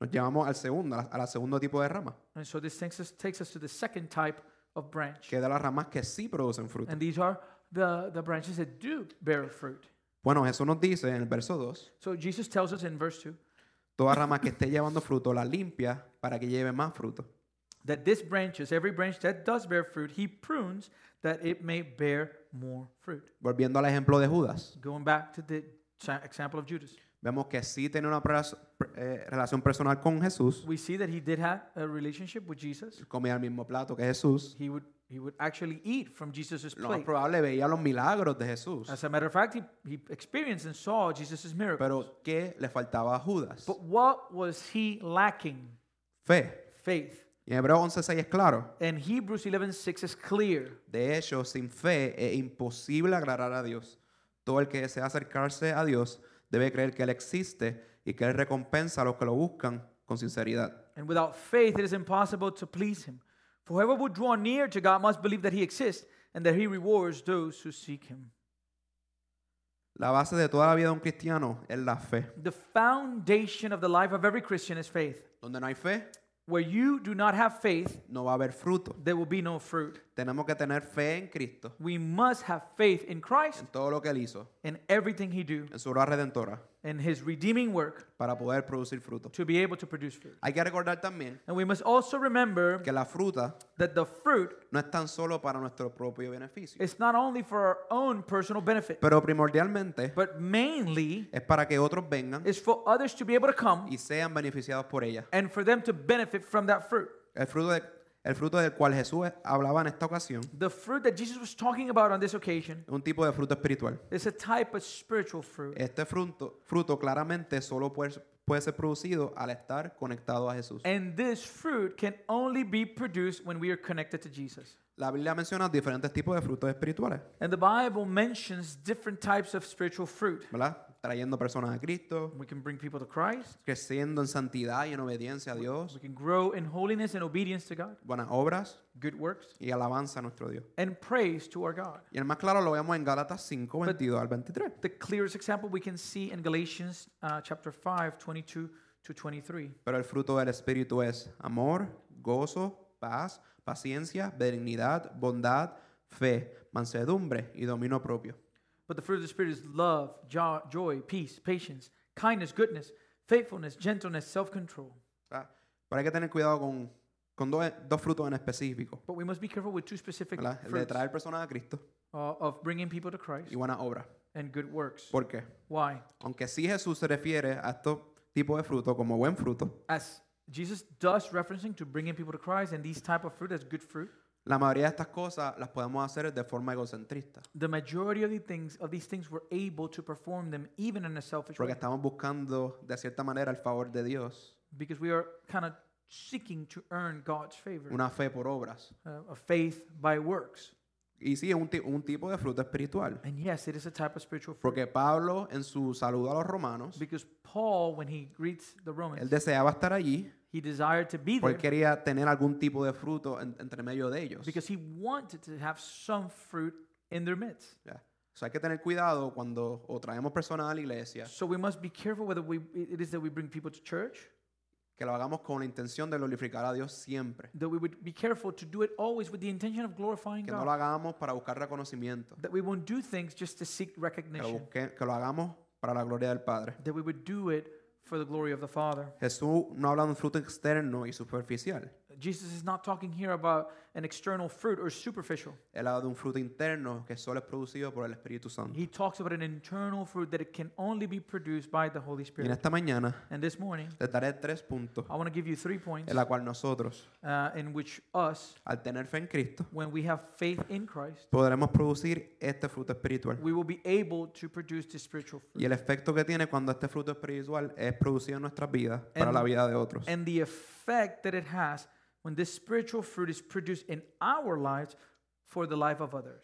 [SPEAKER 1] Nos llevamos al segundo, a la, a la segundo tipo de rama,
[SPEAKER 2] And so this takes us, takes us to the second type of branch.
[SPEAKER 1] que es de las ramas que sí producen fruto.
[SPEAKER 2] And these are the, the branches that do bear fruit.
[SPEAKER 1] Bueno, Jesús nos dice en el verso 2,
[SPEAKER 2] So Jesus tells us in verse 2
[SPEAKER 1] toda rama que esté llevando fruto la limpia para que lleve más fruto.
[SPEAKER 2] that this branches, every branch that does bear fruit, he prunes that it may bear more fruit.
[SPEAKER 1] Volviendo al ejemplo de Judas,
[SPEAKER 2] Going back to the cha- example of Judas,
[SPEAKER 1] vemos que sí tenía una pras- eh, relación personal con Jesús,
[SPEAKER 2] we see that he did have a relationship with Jesus.
[SPEAKER 1] comía el mismo plato que Jesús.
[SPEAKER 2] He would, he would actually eat from Jesus'
[SPEAKER 1] Lo más
[SPEAKER 2] plate.
[SPEAKER 1] probable veía los milagros de Jesús.
[SPEAKER 2] As a matter of fact, he, he experienced and saw Jesus' miracles.
[SPEAKER 1] Pero ¿qué le faltaba a Judas?
[SPEAKER 2] But what was he lacking?
[SPEAKER 1] Fe.
[SPEAKER 2] Faith.
[SPEAKER 1] Y en Hebreos 11:6 es claro.
[SPEAKER 2] And Hebrews 11:6 is clear.
[SPEAKER 1] De hecho, sin fe es imposible agradar a Dios. Todo el que desea acercarse a Dios debe creer que Él existe y que Él recompensa a los que lo buscan con sinceridad.
[SPEAKER 2] And without faith, it is impossible to please him. For whoever would draw near to God must believe that he exists and that he rewards those who seek him.
[SPEAKER 1] La base de toda la vida de un cristiano es la fe.
[SPEAKER 2] The foundation of the life of every Christian is faith.
[SPEAKER 1] Donde no hay fe,
[SPEAKER 2] Where you do not have faith,
[SPEAKER 1] no va a haber fruto.
[SPEAKER 2] there will be no fruit.
[SPEAKER 1] Tenemos que tener fe en Cristo,
[SPEAKER 2] We must have faith in Christ
[SPEAKER 1] en todo lo que Él hizo,
[SPEAKER 2] in everything he do
[SPEAKER 1] en su obra redentora,
[SPEAKER 2] in his redeeming work
[SPEAKER 1] para poder producir fruto.
[SPEAKER 2] to be able to produce fruit.
[SPEAKER 1] Hay que recordar también
[SPEAKER 2] And we must also remember
[SPEAKER 1] que la fruta
[SPEAKER 2] that the fruit
[SPEAKER 1] no es tan solo para nuestro propio beneficio,
[SPEAKER 2] is not only for our own personal benefit,
[SPEAKER 1] pero primordialmente
[SPEAKER 2] but mainly
[SPEAKER 1] es para que otros vengan
[SPEAKER 2] is for others to be able to come
[SPEAKER 1] y sean beneficiados por ella.
[SPEAKER 2] and for them to benefit from that fruit.
[SPEAKER 1] El fruto, de- el fruto del cual Jesús hablaba en esta ocasión
[SPEAKER 2] The fruit that Jesus was talking about on this occasion
[SPEAKER 1] es un tipo de fruto espiritual.
[SPEAKER 2] is a type of spiritual fruit.
[SPEAKER 1] Este fruto, fruto claramente solo puede, puede ser producido al estar conectado a Jesús.
[SPEAKER 2] And this fruit can only be produced when we are connected to Jesus.
[SPEAKER 1] La Biblia menciona diferentes tipos de frutos espirituales,
[SPEAKER 2] And the Bible mentions different types of spiritual fruit.
[SPEAKER 1] ¿verdad? Trayendo personas a Cristo,
[SPEAKER 2] We can bring people to Christ,
[SPEAKER 1] creciendo en santidad y en obediencia a Dios,
[SPEAKER 2] we can grow in holiness and obedience to God,
[SPEAKER 1] buenas obras
[SPEAKER 2] good works,
[SPEAKER 1] y alabanza a nuestro Dios.
[SPEAKER 2] and praise to our God.
[SPEAKER 1] Y el más claro lo vemos en Gálatas 5, 22 al 23.
[SPEAKER 2] The clearest example we can see in Galatians uh, chapter 5, 22 to 23.
[SPEAKER 1] Pero el fruto del Espíritu es amor, gozo, paz, paciencia, benignidad, bondad, fe, mansedumbre y dominio propio.
[SPEAKER 2] But the fruit of the Spirit is love, jo- joy, peace, patience, kindness, goodness, faithfulness, gentleness, self control.
[SPEAKER 1] ¿verdad? Pero hay que tener cuidado con, con dos, dos frutos en específico.
[SPEAKER 2] But we must be careful with two specific
[SPEAKER 1] ¿verdad? El de
[SPEAKER 2] fruits
[SPEAKER 1] traer personas a Cristo
[SPEAKER 2] uh, of bringing people to Christ
[SPEAKER 1] y buenas obras.
[SPEAKER 2] and good works.
[SPEAKER 1] ¿Por qué?
[SPEAKER 2] Why?
[SPEAKER 1] Aunque sí Jesús se refiere a estos tipos de frutos como buen fruto,
[SPEAKER 2] As Jesus does referencing to bringing people to Christ and these type of fruit as good fruit,
[SPEAKER 1] la mayoría de estas cosas las podemos hacer de forma egocentrista.
[SPEAKER 2] the majority of the things of these things were able to perform them even in a selfish
[SPEAKER 1] Porque
[SPEAKER 2] way
[SPEAKER 1] estamos buscando de cierta manera el favor de Dios,
[SPEAKER 2] because we are kind of seeking to earn God's favor,
[SPEAKER 1] una fe por obras.
[SPEAKER 2] uh, a faith by works.
[SPEAKER 1] Y sí, es un, ti- un tipo de fruto espiritual.
[SPEAKER 2] And yes, it is a type of spiritual fruit.
[SPEAKER 1] Porque Pablo, en su saludo a los romanos,
[SPEAKER 2] Because Paul, when he greets the
[SPEAKER 1] él
[SPEAKER 2] Romans,
[SPEAKER 1] deseaba estar allí
[SPEAKER 2] he desired to be
[SPEAKER 1] porque él
[SPEAKER 2] there
[SPEAKER 1] quería tener algún tipo de fruto en- entre medio de ellos.
[SPEAKER 2] because he wanted to have some fruit in their midst.
[SPEAKER 1] Ya. O sea, hay que tener cuidado cuando o traemos personas a la iglesia,
[SPEAKER 2] So we must be careful whether we, it is that we bring people to church,
[SPEAKER 1] que lo hagamos con la intención de glorificar a Dios siempre.
[SPEAKER 2] that we would be careful to do it always with the intention of glorifying
[SPEAKER 1] Que no
[SPEAKER 2] God,
[SPEAKER 1] lo hagamos para buscar reconocimiento,
[SPEAKER 2] that we won't do things just to seek
[SPEAKER 1] que lo,
[SPEAKER 2] recognition,
[SPEAKER 1] busque- que lo hagamos para la gloria del Padre.
[SPEAKER 2] that we would do it for the glory of the Father.
[SPEAKER 1] Jesús no habla de un fruto externo y superficial.
[SPEAKER 2] Jesus is not talking here about an external fruit or superficial.
[SPEAKER 1] Él habla de un fruto interno que solo es producido por el Espíritu Santo.
[SPEAKER 2] He talks about an internal fruit that it can only be produced by the
[SPEAKER 1] Y
[SPEAKER 2] Holy
[SPEAKER 1] en
[SPEAKER 2] Spirit.
[SPEAKER 1] esta mañana
[SPEAKER 2] And this morning,
[SPEAKER 1] les daré tres puntos
[SPEAKER 2] I want to give you three points.
[SPEAKER 1] en la cual nosotros,
[SPEAKER 2] uh, in which us,
[SPEAKER 1] al tener fe en Cristo,
[SPEAKER 2] when we have faith in Christ,
[SPEAKER 1] podremos producir este fruto espiritual.
[SPEAKER 2] we will be able to produce the spiritual fruit.
[SPEAKER 1] Y el efecto que tiene cuando este fruto espiritual es producido en nuestras vidas para
[SPEAKER 2] En-
[SPEAKER 1] la vida de otros.
[SPEAKER 2] And the effect that it has when this spiritual fruit is produced in our lives for the life of others.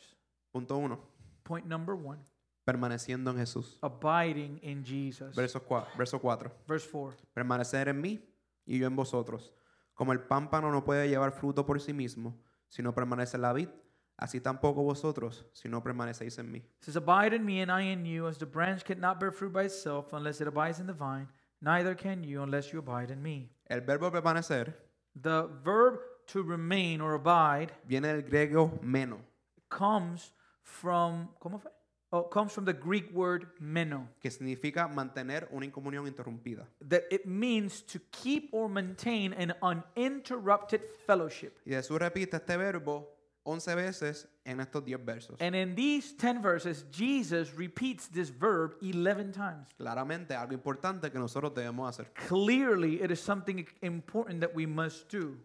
[SPEAKER 1] Punto uno,
[SPEAKER 2] Point number one
[SPEAKER 1] permaneciendo en Jesús.
[SPEAKER 2] abiding in Jesus.
[SPEAKER 1] Verso, cua- verso 4.
[SPEAKER 2] Verse 4.
[SPEAKER 1] Permanecer en mí y yo en vosotros. Como el pámpano no puede llevar fruto por sí mismo si no permanece en la vid, así tampoco vosotros si no permanecéis en mí.
[SPEAKER 2] It says, Abide in me and I in you, as the branch cannot bear fruit by itself unless it abides in the vine, neither can you unless you abide in me.
[SPEAKER 1] El verbo permanecer
[SPEAKER 2] The verb to remain or abide
[SPEAKER 1] viene del griego meno,
[SPEAKER 2] comes from ¿cómo fue? Oh, comes from the Greek word meno,
[SPEAKER 1] que significa mantener una incomunión interrumpida.
[SPEAKER 2] that it means to keep or maintain an uninterrupted fellowship.
[SPEAKER 1] Y Jesús repite este verbo 11 veces en estos 10 versos.
[SPEAKER 2] And in these 10 verses, Jesus repeats this verb 11 times.
[SPEAKER 1] Claramente algo importante que nosotros debemos hacer.
[SPEAKER 2] Clearly, it is something important that we must do.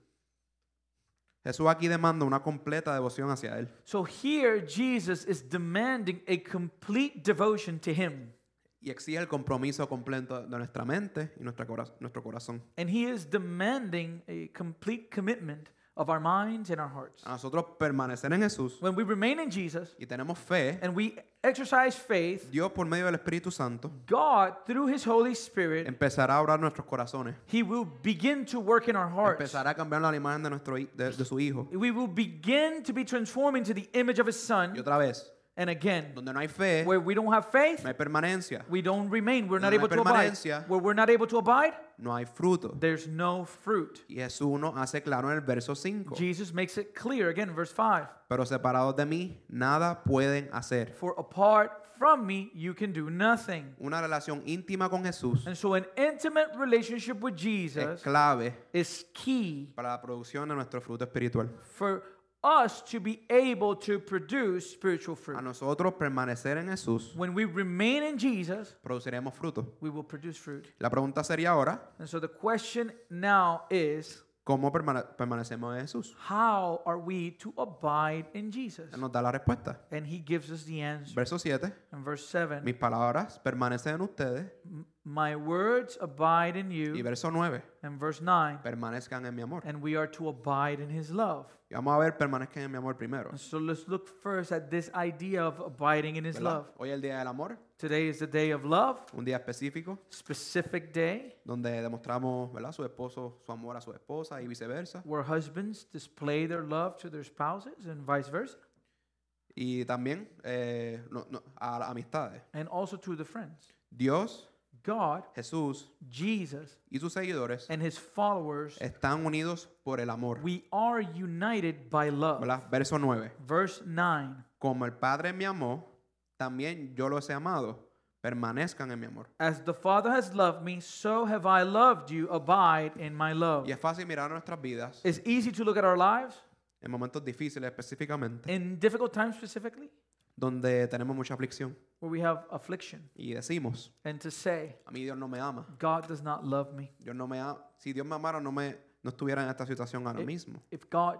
[SPEAKER 1] Jesús aquí demanda una completa devoción hacia Él.
[SPEAKER 2] So here, Jesus is demanding a complete devotion to Him.
[SPEAKER 1] y exige el compromiso completo de nuestra mente y nuestra cora- nuestro corazón.
[SPEAKER 2] And He is demanding a complete commitment of our minds and our hearts.
[SPEAKER 1] A nosotros permanecer en Jesús
[SPEAKER 2] When we remain in Jesus
[SPEAKER 1] y tenemos fe,
[SPEAKER 2] and we exercise faith,
[SPEAKER 1] Dios por medio del Espíritu Santo
[SPEAKER 2] God, through His Holy Spirit,
[SPEAKER 1] empezará a orar nuestros corazones,
[SPEAKER 2] He will begin to work in our hearts.
[SPEAKER 1] empezará a cambiar la imagen de, nuestro, hi- de, de su Hijo.
[SPEAKER 2] We will begin to be transformed into the image of His
[SPEAKER 1] Y
[SPEAKER 2] Son.
[SPEAKER 1] otra vez,
[SPEAKER 2] And again,
[SPEAKER 1] donde no hay fe,
[SPEAKER 2] where we don't have faith,
[SPEAKER 1] no hay permanencia,
[SPEAKER 2] we don't remain. We're not
[SPEAKER 1] Donde no
[SPEAKER 2] able
[SPEAKER 1] hay
[SPEAKER 2] to abide.
[SPEAKER 1] permanencia.
[SPEAKER 2] Where we're not able to abide,
[SPEAKER 1] no hay fruto.
[SPEAKER 2] there's no fruit.
[SPEAKER 1] Y Jesús nos hace claro en el verso 5,
[SPEAKER 2] Jesus makes it clear again, verse 5
[SPEAKER 1] pero separados de mí, nada pueden hacer.
[SPEAKER 2] For apart from me, you can do nothing.
[SPEAKER 1] Una relación íntima con Jesús
[SPEAKER 2] And so, an intimate relationship with
[SPEAKER 1] es
[SPEAKER 2] Jesus
[SPEAKER 1] clave
[SPEAKER 2] is key
[SPEAKER 1] para la producción de nuestro fruto espiritual.
[SPEAKER 2] for us to be able to produce spiritual
[SPEAKER 1] A
[SPEAKER 2] fruit.
[SPEAKER 1] nosotros permanecer en Jesús
[SPEAKER 2] When we remain in Jesus,
[SPEAKER 1] produciremos fruto.
[SPEAKER 2] we will produce fruit.
[SPEAKER 1] La pregunta sería ahora,
[SPEAKER 2] And so, the question now is
[SPEAKER 1] ¿cómo permane- permanecemos en Jesús?
[SPEAKER 2] how are we to abide in Jesus?
[SPEAKER 1] Él nos da la respuesta.
[SPEAKER 2] And he gives us the answer.
[SPEAKER 1] Verso 7,
[SPEAKER 2] In verse 7,
[SPEAKER 1] mis palabras permanecen en ustedes.
[SPEAKER 2] "M- My words abide in
[SPEAKER 1] Y
[SPEAKER 2] you.
[SPEAKER 1] verso 9,
[SPEAKER 2] And verse 9,
[SPEAKER 1] permanezcan en mi amor.
[SPEAKER 2] and we are to abide in his love.
[SPEAKER 1] Y vamos a ver, permanezcan en mi amor primero.
[SPEAKER 2] And so let's look first at this idea of abiding in his
[SPEAKER 1] ¿verdad?
[SPEAKER 2] love.
[SPEAKER 1] Hoy es el Día del Amor,
[SPEAKER 2] Today is the day of love,
[SPEAKER 1] un día específico
[SPEAKER 2] specific day
[SPEAKER 1] donde demostramos ¿verdad? Su, esposo, su amor a su esposa y viceversa.
[SPEAKER 2] where husbands display their love to their spouses and vice versa,
[SPEAKER 1] Y también eh, no- no, a las amistades.
[SPEAKER 2] and also to the friends.
[SPEAKER 1] Dios,
[SPEAKER 2] God,
[SPEAKER 1] Jesús
[SPEAKER 2] Jesus,
[SPEAKER 1] y sus seguidores
[SPEAKER 2] and his followers,
[SPEAKER 1] están unidos por el amor.
[SPEAKER 2] we are united by love.
[SPEAKER 1] ¿verdad? Verso 9.
[SPEAKER 2] Verse 9.
[SPEAKER 1] Como el Padre me amó, también yo los he amado. Permanezcan en mi amor.
[SPEAKER 2] As the Father has loved me, so have I loved you. Abide in my love.
[SPEAKER 1] Y es fácil mirar nuestras vidas
[SPEAKER 2] It's easy to look at our lives
[SPEAKER 1] en momentos difíciles específicamente,
[SPEAKER 2] in difficult times specifically,
[SPEAKER 1] donde tenemos mucha aflicción
[SPEAKER 2] where we have affliction,
[SPEAKER 1] y decimos,
[SPEAKER 2] and to say,
[SPEAKER 1] a mí Dios no me ama.
[SPEAKER 2] God does not love me.
[SPEAKER 1] Dios no me ama. Si Dios me amara, no me no estuviera en esta situación ahora
[SPEAKER 2] Eh.
[SPEAKER 1] mismo.
[SPEAKER 2] If God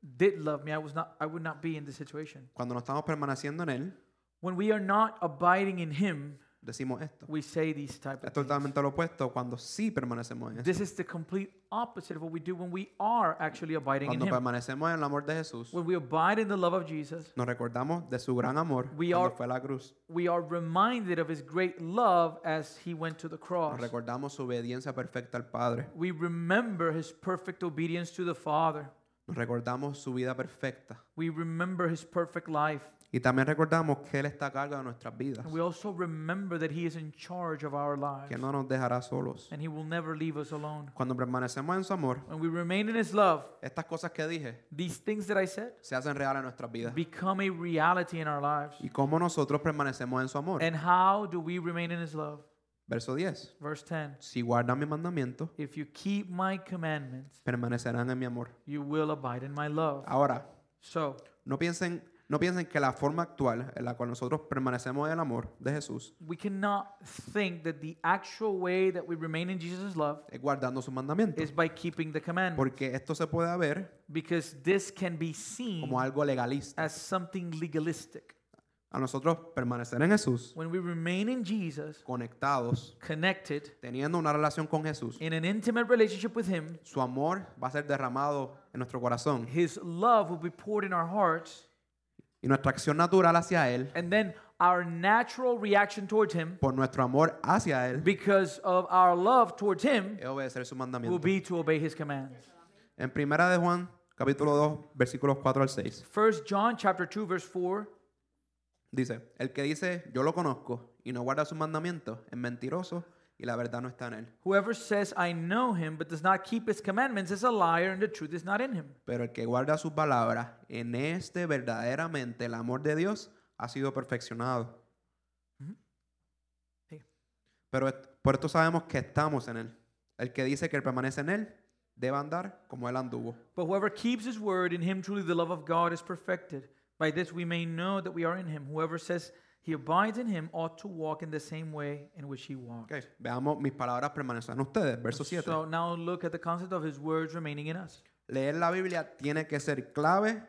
[SPEAKER 2] did love me, I was not I would not be in this situation.
[SPEAKER 1] Cuando no estamos permaneciendo en él,
[SPEAKER 2] When we are not abiding in him,
[SPEAKER 1] decimos esto.
[SPEAKER 2] we say these type
[SPEAKER 1] Es
[SPEAKER 2] of things.
[SPEAKER 1] totalmente lo opuesto cuando sí permanecemos en él.
[SPEAKER 2] This is the complete opposite of what we do when we are actually abiding in
[SPEAKER 1] Cuando
[SPEAKER 2] him.
[SPEAKER 1] permanecemos en el amor de Jesús,
[SPEAKER 2] When we abide in the love of Jesus,
[SPEAKER 1] nos recordamos de su gran amor
[SPEAKER 2] We
[SPEAKER 1] cuando
[SPEAKER 2] are-
[SPEAKER 1] fue a la cruz.
[SPEAKER 2] we are reminded of his great love as he went to the
[SPEAKER 1] Nos
[SPEAKER 2] cross.
[SPEAKER 1] recordamos su obediencia perfecta al Padre.
[SPEAKER 2] We remember his perfect obedience to the Father.
[SPEAKER 1] Nos recordamos su vida perfecta.
[SPEAKER 2] We remember his perfect life.
[SPEAKER 1] Y también recordamos que Él está a cargo de nuestras vidas.
[SPEAKER 2] And we also remember that he is in charge of our lives.
[SPEAKER 1] Que no nos dejará solos.
[SPEAKER 2] And he will never leave us alone.
[SPEAKER 1] Cuando permanecemos en su amor,
[SPEAKER 2] When we remain in his love,
[SPEAKER 1] estas cosas que dije
[SPEAKER 2] these things that I said
[SPEAKER 1] se hacen reales en nuestras vidas.
[SPEAKER 2] become a reality in our lives.
[SPEAKER 1] ¿Y cómo nosotros permanecemos en su amor?
[SPEAKER 2] And how do we remain in his love?
[SPEAKER 1] Verso 10.
[SPEAKER 2] Verse 10
[SPEAKER 1] Si guardan mis mandamientos,
[SPEAKER 2] If you keep my commandments,
[SPEAKER 1] permanecerán en mi amor.
[SPEAKER 2] you will abide in my love.
[SPEAKER 1] Ahora,
[SPEAKER 2] So,
[SPEAKER 1] no piensen, no piensen que la forma actual en la cual nosotros permanecemos en el amor de Jesús
[SPEAKER 2] we cannot think that the actual way that we remain in Jesus' love
[SPEAKER 1] es guardando sus mandamientos.
[SPEAKER 2] is by keeping the commandments.
[SPEAKER 1] Porque esto se puede ver
[SPEAKER 2] Because this can be seen
[SPEAKER 1] como algo legalista.
[SPEAKER 2] as something legalistic.
[SPEAKER 1] A nosotros permanecer en Jesús,
[SPEAKER 2] When we remain in Jesus,
[SPEAKER 1] conectados
[SPEAKER 2] connected
[SPEAKER 1] teniendo una relación con Jesús,
[SPEAKER 2] in an intimate relationship with Him,
[SPEAKER 1] su amor va a ser derramado en nuestro corazón
[SPEAKER 2] His love will be poured in our hearts,
[SPEAKER 1] y nuestra acción natural hacia Él
[SPEAKER 2] and then our natural reaction towards Him,
[SPEAKER 1] por nuestro amor hacia Él
[SPEAKER 2] because of our love towards Him,
[SPEAKER 1] es obedecer su
[SPEAKER 2] will
[SPEAKER 1] mandamiento.
[SPEAKER 2] be to obey His commands.
[SPEAKER 1] En primera de Juan, capítulo 2, versículos 4 al 6,
[SPEAKER 2] 1 John chapter 2 verse 4
[SPEAKER 1] dice, el que dice, yo lo conozco y no guarda sus mandamientos, es mentiroso y la verdad no está en él.
[SPEAKER 2] Whoever says, I know him, but does not keep his commandments is a liar, and the truth is not in him.
[SPEAKER 1] Pero el que guarda sus palabras, en este verdaderamente el amor de Dios ha sido perfeccionado.
[SPEAKER 2] Ujú. Sí.
[SPEAKER 1] Pero est- por esto sabemos que estamos en él. El que dice que permanece en él debe andar como él anduvo.
[SPEAKER 2] But whoever keeps his word, in him truly the love of God is perfected. By this we may know that we are in him. Whoever says he abides in him ought to walk in the same way in which he walked.
[SPEAKER 1] Ok, Veamos, mis palabras permanecen en ustedes. Verso 7.
[SPEAKER 2] So now look at the concept of his words remaining in us.
[SPEAKER 1] Leer la Biblia tiene que ser clave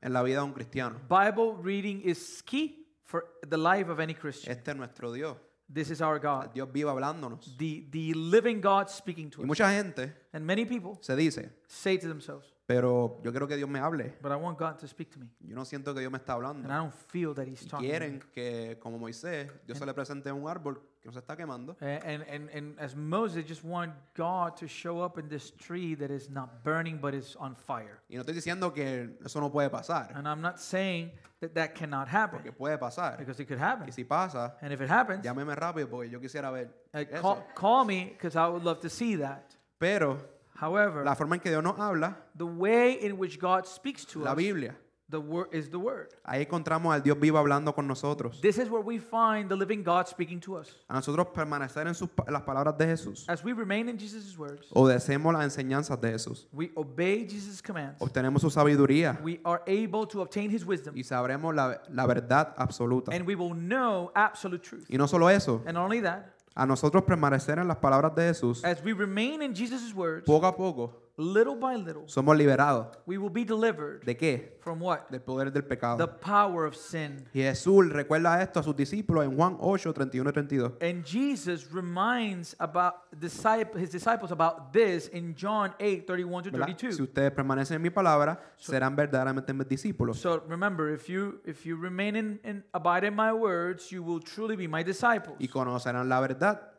[SPEAKER 1] en la vida de un cristiano.
[SPEAKER 2] Bible reading is key for the life of any Christian.
[SPEAKER 1] Este es nuestro Dios.
[SPEAKER 2] This is our God,
[SPEAKER 1] Dios vive hablándonos.
[SPEAKER 2] the, the living God speaking
[SPEAKER 1] Y
[SPEAKER 2] to us.
[SPEAKER 1] mucha gente
[SPEAKER 2] And many people
[SPEAKER 1] se dice,
[SPEAKER 2] say to themselves,
[SPEAKER 1] pero yo quiero que Dios me hable.
[SPEAKER 2] But I want God to speak to me.
[SPEAKER 1] Yo no siento que Dios me está hablando.
[SPEAKER 2] And I don't feel that he's
[SPEAKER 1] Y
[SPEAKER 2] talking. to me.
[SPEAKER 1] quieren que, como Moisés, Dios se le presente un árbol que no se está quemando.
[SPEAKER 2] A- And, and, and as Moses just want God to show up in this tree that is not burning but is on fire.
[SPEAKER 1] Y no estoy diciendo que eso no puede pasar,
[SPEAKER 2] And I'm not saying that that cannot happen
[SPEAKER 1] porque puede pasar.
[SPEAKER 2] because it could
[SPEAKER 1] Y
[SPEAKER 2] happen.
[SPEAKER 1] si pasa,
[SPEAKER 2] And if it happens,
[SPEAKER 1] llámeme rápido porque yo quisiera ver
[SPEAKER 2] uh,
[SPEAKER 1] eso.
[SPEAKER 2] call, call me because I would love to see that.
[SPEAKER 1] Pero la
[SPEAKER 2] However,
[SPEAKER 1] forma en que Dios nos habla,
[SPEAKER 2] the way in which God speaks to
[SPEAKER 1] la
[SPEAKER 2] us
[SPEAKER 1] Biblia,
[SPEAKER 2] the word is the word.
[SPEAKER 1] ahí encontramos al Dios vivo hablando con nosotros.
[SPEAKER 2] This is where we find the living God speaking to us.
[SPEAKER 1] A nosotros permanecer en, sus pa- en las palabras de Jesús,
[SPEAKER 2] As we remain in Jesus' words,
[SPEAKER 1] obedecemos las enseñanzas de Jesús,
[SPEAKER 2] we obey Jesus' commands.
[SPEAKER 1] obtenemos su sabiduría
[SPEAKER 2] We are able to obtain his wisdom.
[SPEAKER 1] y sabremos la, la verdad absoluta.
[SPEAKER 2] and we will know absolute truth.
[SPEAKER 1] Y no solo eso,
[SPEAKER 2] And not only that,
[SPEAKER 1] a nosotros permanecer en las palabras de Jesús,
[SPEAKER 2] as we remain in Jesus' words,
[SPEAKER 1] poco a poco
[SPEAKER 2] little by little,
[SPEAKER 1] somos liberados.
[SPEAKER 2] we will be delivered
[SPEAKER 1] ¿De qué?
[SPEAKER 2] from what?
[SPEAKER 1] Del poder del
[SPEAKER 2] The
[SPEAKER 1] pecado.
[SPEAKER 2] power of sin.
[SPEAKER 1] Y Jesús recuerda esto a sus discípulos en Juan 8, 31 y 32.
[SPEAKER 2] And Jesus reminds about discip- his disciples about this in John 8, 31 to
[SPEAKER 1] ¿verdad? Si
[SPEAKER 2] 32.
[SPEAKER 1] ustedes permanecen en mi palabra, serán verdaderamente mis discípulos.
[SPEAKER 2] So remember, if you if you remain in, in abide in my words, you will truly be my disciples.
[SPEAKER 1] Y conocerán la verdad.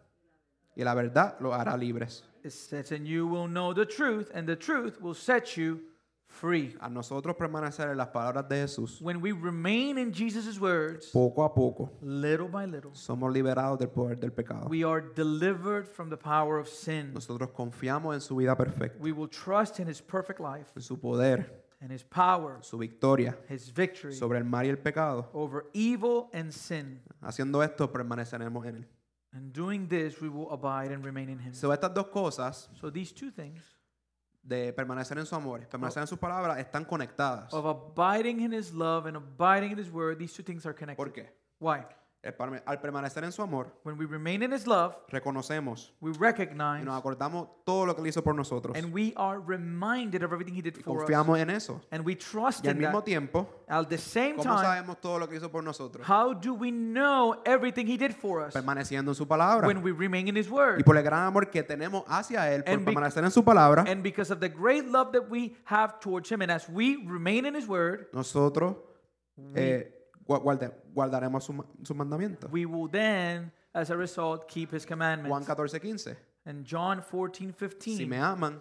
[SPEAKER 1] Y la verdad los hará libres.
[SPEAKER 2] It says, and you will know the truth, and the truth will set you free.
[SPEAKER 1] A nosotros permanecer en las palabras de Jesús,
[SPEAKER 2] When we remain in Jesus' words,
[SPEAKER 1] poco a poco
[SPEAKER 2] little by little,
[SPEAKER 1] somos liberados del poder del pecado.
[SPEAKER 2] we are delivered from the power of sin.
[SPEAKER 1] Nosotros confiamos en su vida perfecta,
[SPEAKER 2] We will trust in his perfect life
[SPEAKER 1] en su poder,
[SPEAKER 2] and his power,
[SPEAKER 1] su victoria
[SPEAKER 2] his victory
[SPEAKER 1] sobre el mal y el pecado.
[SPEAKER 2] over evil and sin.
[SPEAKER 1] Haciendo esto, permaneceremos en él.
[SPEAKER 2] And doing this, we will abide and remain in him.
[SPEAKER 1] So, estas dos cosas
[SPEAKER 2] So these two things
[SPEAKER 1] de permanecer en su amor, permanecer en sus palabras, están conectadas.
[SPEAKER 2] of abiding in his love and abiding in his word, these two things are connected.
[SPEAKER 1] ¿Por qué?
[SPEAKER 2] Why?
[SPEAKER 1] El parme- Al permanecer en su amor,
[SPEAKER 2] When we remain in his love,
[SPEAKER 1] reconocemos
[SPEAKER 2] we
[SPEAKER 1] y
[SPEAKER 2] recognize
[SPEAKER 1] nos acordamos todo lo que él hizo por nosotros.
[SPEAKER 2] and we are reminded of everything he did
[SPEAKER 1] Y
[SPEAKER 2] for us.
[SPEAKER 1] confiamos en eso.
[SPEAKER 2] And we trust
[SPEAKER 1] Y al
[SPEAKER 2] in
[SPEAKER 1] mismo
[SPEAKER 2] that.
[SPEAKER 1] tiempo,
[SPEAKER 2] At the same
[SPEAKER 1] ¿cómo
[SPEAKER 2] time,
[SPEAKER 1] sabemos todo lo que hizo por nosotros?
[SPEAKER 2] How do we know everything he did for us?
[SPEAKER 1] Permaneciendo en su palabra.
[SPEAKER 2] When we remain in his
[SPEAKER 1] Y
[SPEAKER 2] word.
[SPEAKER 1] por el gran amor que tenemos hacia Él, por
[SPEAKER 2] And bec-
[SPEAKER 1] permanecer en su palabra,
[SPEAKER 2] And because of the great love that we have towards him, and as we remain in his word,
[SPEAKER 1] nosotros eh, gua- guarde- guardaremos sus su mandamientos.
[SPEAKER 2] we will then, as a result, keep his
[SPEAKER 1] Juan
[SPEAKER 2] commandments.
[SPEAKER 1] 14, 15.
[SPEAKER 2] And John 14,
[SPEAKER 1] Si me
[SPEAKER 2] 15.
[SPEAKER 1] aman,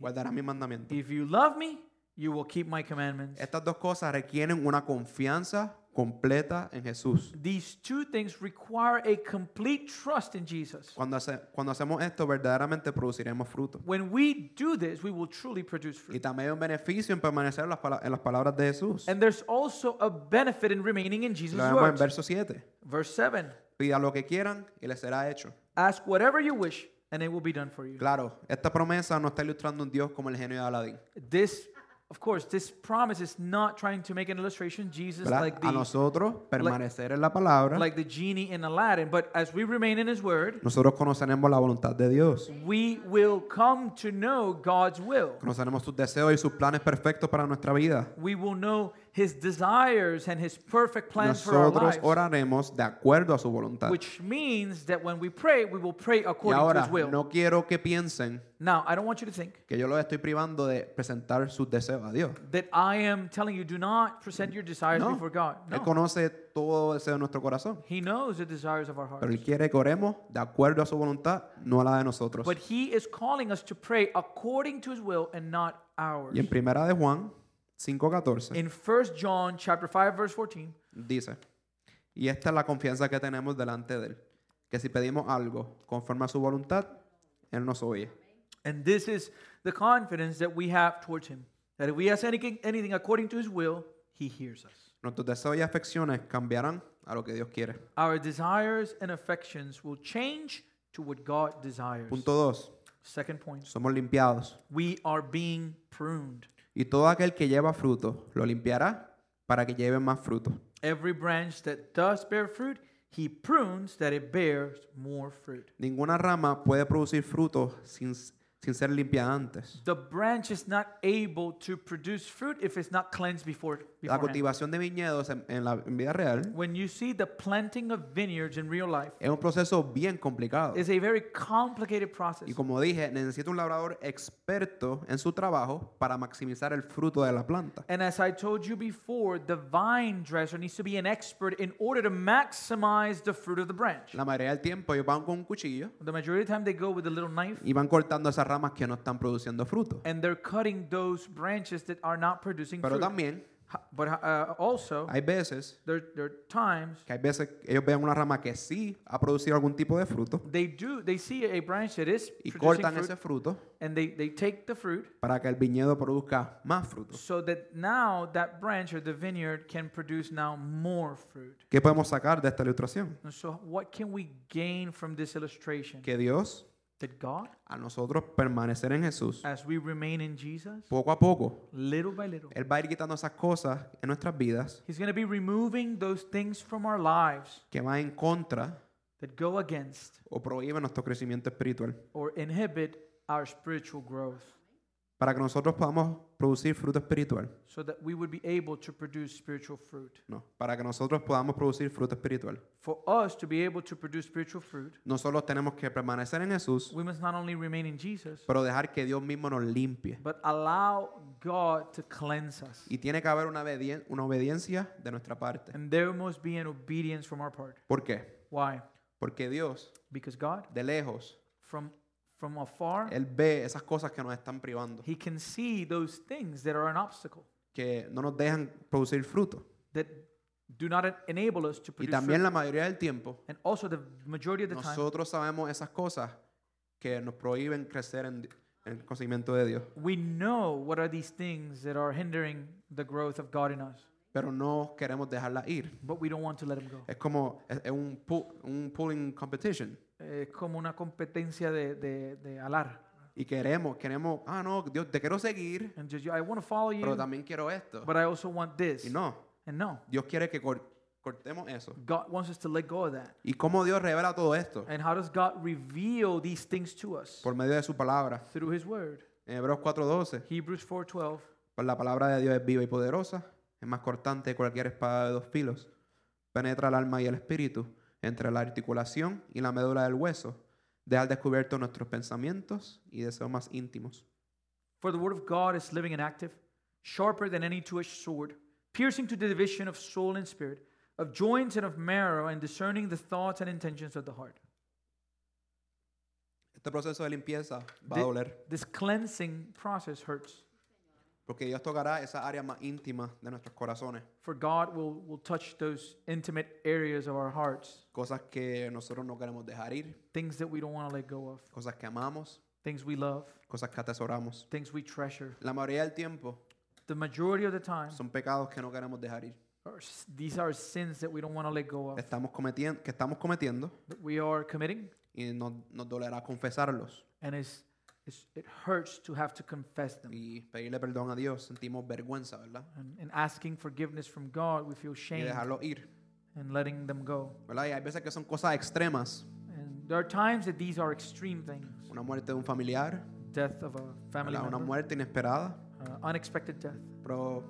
[SPEAKER 1] guardarán mis mandamientos.
[SPEAKER 2] If you love me, you will keep my commandments.
[SPEAKER 1] Estas dos cosas requieren una confianza completa en Jesús.
[SPEAKER 2] These two things require a complete trust in Jesus.
[SPEAKER 1] Cuando, hace- cuando hacemos esto, verdaderamente produciremos fruto.
[SPEAKER 2] When we do this, we will truly produce
[SPEAKER 1] Y
[SPEAKER 2] fruit.
[SPEAKER 1] también hay un beneficio en permanecer en las, pala- en las palabras de Jesús.
[SPEAKER 2] And there's also a benefit in remaining in Jesus'
[SPEAKER 1] Lo vemos en
[SPEAKER 2] word.
[SPEAKER 1] verso 7.
[SPEAKER 2] Verse 7.
[SPEAKER 1] Pida lo que quieran y les será hecho.
[SPEAKER 2] Ask whatever you wish, and it will be done for you.
[SPEAKER 1] Claro, esta promesa no está ilustrando un Dios como el genio de Aladín.
[SPEAKER 2] This, of course, this promise is not trying to make an illustration. Jesus,
[SPEAKER 1] ¿verdad?
[SPEAKER 2] like
[SPEAKER 1] a
[SPEAKER 2] the,
[SPEAKER 1] nosotros permanecer en la palabra,
[SPEAKER 2] like the genie in Aladdin, but as we remain in His Word,
[SPEAKER 1] nosotros conoceremos la voluntad de Dios,
[SPEAKER 2] we will come to know God's will.
[SPEAKER 1] conoceremos sus deseos y sus planes perfectos para nuestra vida.
[SPEAKER 2] We will know his desires and his perfect plans for our
[SPEAKER 1] Nosotros
[SPEAKER 2] lives.
[SPEAKER 1] oraremos de acuerdo a su voluntad.
[SPEAKER 2] Which means that when we pray, we will pray
[SPEAKER 1] Y
[SPEAKER 2] according to
[SPEAKER 1] ahora,
[SPEAKER 2] his will.
[SPEAKER 1] no quiero que piensen
[SPEAKER 2] Now, I don't want you to think
[SPEAKER 1] que yo los estoy privando de presentar sus deseos a Dios.
[SPEAKER 2] that I am telling you do not present your desires
[SPEAKER 1] No.
[SPEAKER 2] before God.
[SPEAKER 1] Él
[SPEAKER 2] No.
[SPEAKER 1] conoce todo deseo de nuestro corazón.
[SPEAKER 2] He knows the desires of our
[SPEAKER 1] Pero
[SPEAKER 2] hearts.
[SPEAKER 1] Él quiere que oremos de acuerdo a su voluntad, no a la de nosotros.
[SPEAKER 2] But he is calling us to pray according to his will and not ours.
[SPEAKER 1] Y en primera de Juan 5.14
[SPEAKER 2] In 1 John chapter 5 verse 14,
[SPEAKER 1] dice, y esta es la confianza que tenemos delante de Él, que si pedimos algo conforme a su voluntad, Él nos oye.
[SPEAKER 2] and this is the confidence that we have towards him, that if we ask anything, anything according to his will, he hears us.
[SPEAKER 1] Nuestros deseos y afecciones cambiarán a lo que Dios quiere.
[SPEAKER 2] Our desires and affections will change to what God desires.
[SPEAKER 1] Punto 2.
[SPEAKER 2] Second point,
[SPEAKER 1] Somos limpiados.
[SPEAKER 2] we are being pruned.
[SPEAKER 1] Y todo aquel que lleva fruto lo limpiará para que lleve más fruto.
[SPEAKER 2] Every branch that does bear fruit, he prunes that it bears more fruit.
[SPEAKER 1] Ninguna rama puede producir fruto sin, sin ser limpiada antes.
[SPEAKER 2] The branch is not able to produce fruit if it's not cleansed before
[SPEAKER 1] La
[SPEAKER 2] beforehand.
[SPEAKER 1] cultivación de viñedos en, en la en vida real
[SPEAKER 2] When you see the planting of vineyards in real life,
[SPEAKER 1] es un proceso bien complicado.
[SPEAKER 2] it's a very complicated process.
[SPEAKER 1] Y como dije, necesita un labrador experto en su trabajo para maximizar el fruto de la planta.
[SPEAKER 2] And as I told you before, the vine dresser needs to be an expert in order to maximize the fruit of the branch.
[SPEAKER 1] La mayoría del tiempo ellos van con un cuchillo
[SPEAKER 2] The majority of the time they go with a little knife
[SPEAKER 1] y van cortando esas ramas que no están produciendo fruto.
[SPEAKER 2] and they're cutting those branches that are not producing
[SPEAKER 1] Pero
[SPEAKER 2] fruit.
[SPEAKER 1] también
[SPEAKER 2] Ha- But uh, also,
[SPEAKER 1] hay veces
[SPEAKER 2] there, there are times
[SPEAKER 1] que hay veces que ellos ven una rama que sí ha producido algún tipo de fruto
[SPEAKER 2] they do they see a branch that is
[SPEAKER 1] y
[SPEAKER 2] producing
[SPEAKER 1] cortan
[SPEAKER 2] fruit
[SPEAKER 1] ese fruto
[SPEAKER 2] and they, they take the fruit
[SPEAKER 1] para que el viñedo produzca más frutos.
[SPEAKER 2] so that now that branch or the vineyard can produce now more fruit.
[SPEAKER 1] ¿Qué podemos sacar de esta ilustración?
[SPEAKER 2] And so what can we gain from this illustration?
[SPEAKER 1] Que Dios
[SPEAKER 2] That God,
[SPEAKER 1] a nosotros permanecer en Jesús,
[SPEAKER 2] as we remain in Jesus,
[SPEAKER 1] poco a poco,
[SPEAKER 2] little by little,
[SPEAKER 1] Él va a ir quitando esas cosas en nuestras vidas
[SPEAKER 2] He's going to be removing those things from our lives
[SPEAKER 1] que van en contra
[SPEAKER 2] that go against
[SPEAKER 1] o prohíben nuestro crecimiento espiritual
[SPEAKER 2] or inhibit our spiritual growth
[SPEAKER 1] para que nosotros podamos producir fruto espiritual.
[SPEAKER 2] so that we would be able to produce spiritual fruit.
[SPEAKER 1] No, para que nosotros podamos producir fruto espiritual.
[SPEAKER 2] For us to be able to produce spiritual fruit,
[SPEAKER 1] Nosotros tenemos que permanecer en Jesús,
[SPEAKER 2] we must not only remain in Jesus,
[SPEAKER 1] pero dejar que Dios mismo nos limpie.
[SPEAKER 2] but allow God to cleanse us.
[SPEAKER 1] Y tiene que haber una, obedien- una obediencia de nuestra parte.
[SPEAKER 2] And there must be an obedience from our part.
[SPEAKER 1] ¿Por qué?
[SPEAKER 2] Why?
[SPEAKER 1] Porque Dios,
[SPEAKER 2] Because God,
[SPEAKER 1] de lejos,
[SPEAKER 2] from from afar,
[SPEAKER 1] Él ve esas cosas que nos están privando,
[SPEAKER 2] he can see those things that are an obstacle
[SPEAKER 1] que no nos dejan producir fruto.
[SPEAKER 2] that do not en- enable us to
[SPEAKER 1] Y
[SPEAKER 2] produce
[SPEAKER 1] también
[SPEAKER 2] fruit.
[SPEAKER 1] la mayoría del tiempo,
[SPEAKER 2] And also the majority of the time
[SPEAKER 1] nosotros sabemos esas cosas que nos prohíben crecer en, di- en el conocimiento de Dios,
[SPEAKER 2] we know what are these things that are hindering the growth of God in us,
[SPEAKER 1] pero no queremos dejarlas ir.
[SPEAKER 2] but we don't want to let them go.
[SPEAKER 1] Es como es, es un, pu- un pulling competition.
[SPEAKER 2] Es como una competencia de, de, de alar.
[SPEAKER 1] Y queremos, queremos, ah, no, Dios, te quiero seguir,
[SPEAKER 2] And just, I want to follow you,
[SPEAKER 1] pero también quiero esto.
[SPEAKER 2] but I also want this.
[SPEAKER 1] Y no,
[SPEAKER 2] And no,
[SPEAKER 1] Dios quiere que cor- cortemos eso.
[SPEAKER 2] God wants us to let go of that.
[SPEAKER 1] ¿Y cómo Dios revela todo esto?
[SPEAKER 2] And how does God reveal these things to us?
[SPEAKER 1] Por medio de su palabra.
[SPEAKER 2] Through his word.
[SPEAKER 1] En Hebreos 4:12,
[SPEAKER 2] Hebrews 4:12.
[SPEAKER 1] pues la palabra de Dios es viva y poderosa, es más cortante que cualquier espada de dos filos. Penetra el alma y el espíritu, entre la articulación y la médula del hueso. Deja al descubierto nuestros pensamientos y deseos más íntimos.
[SPEAKER 2] For the word of God is living and active, sharper than any two-edged sword, piercing to the division of soul and spirit, of joints and of marrow, and discerning the thoughts and intentions of the heart.
[SPEAKER 1] Este proceso de limpieza va a
[SPEAKER 2] Thi-
[SPEAKER 1] doler,
[SPEAKER 2] This cleansing process hurts,
[SPEAKER 1] porque Dios tocará esas áreas más íntimas de nuestros corazones,
[SPEAKER 2] for God will, will touch those intimate areas of our hearts,
[SPEAKER 1] cosas que nosotros no queremos dejar ir,
[SPEAKER 2] things that we don't want to let go of,
[SPEAKER 1] cosas que amamos,
[SPEAKER 2] things we love,
[SPEAKER 1] cosas que atesoramos.
[SPEAKER 2] things we treasure.
[SPEAKER 1] La mayoría del tiempo
[SPEAKER 2] The majority of the time,
[SPEAKER 1] son pecados que no queremos dejar ir,
[SPEAKER 2] are s- these are sins that we don't want to let go of,
[SPEAKER 1] estamos cometiendo, que estamos cometiendo
[SPEAKER 2] that we are committing,
[SPEAKER 1] y no- nos dolerá confesarlos.
[SPEAKER 2] and it's, it's, it hurts to have to confess them.
[SPEAKER 1] y pedirle perdón a Dios, sentimos vergüenza, ¿verdad?
[SPEAKER 2] and, and asking forgiveness from God, we feel
[SPEAKER 1] Y
[SPEAKER 2] shame
[SPEAKER 1] dejarlo ir,
[SPEAKER 2] and letting them go.
[SPEAKER 1] ¿verdad? Y hay veces que son cosas extremas,
[SPEAKER 2] And there are times that these are extreme things:
[SPEAKER 1] una muerte de un familiar,
[SPEAKER 2] death of a family
[SPEAKER 1] ¿verdad? una
[SPEAKER 2] member,
[SPEAKER 1] muerte inesperada,
[SPEAKER 2] uh, unexpected death.
[SPEAKER 1] pero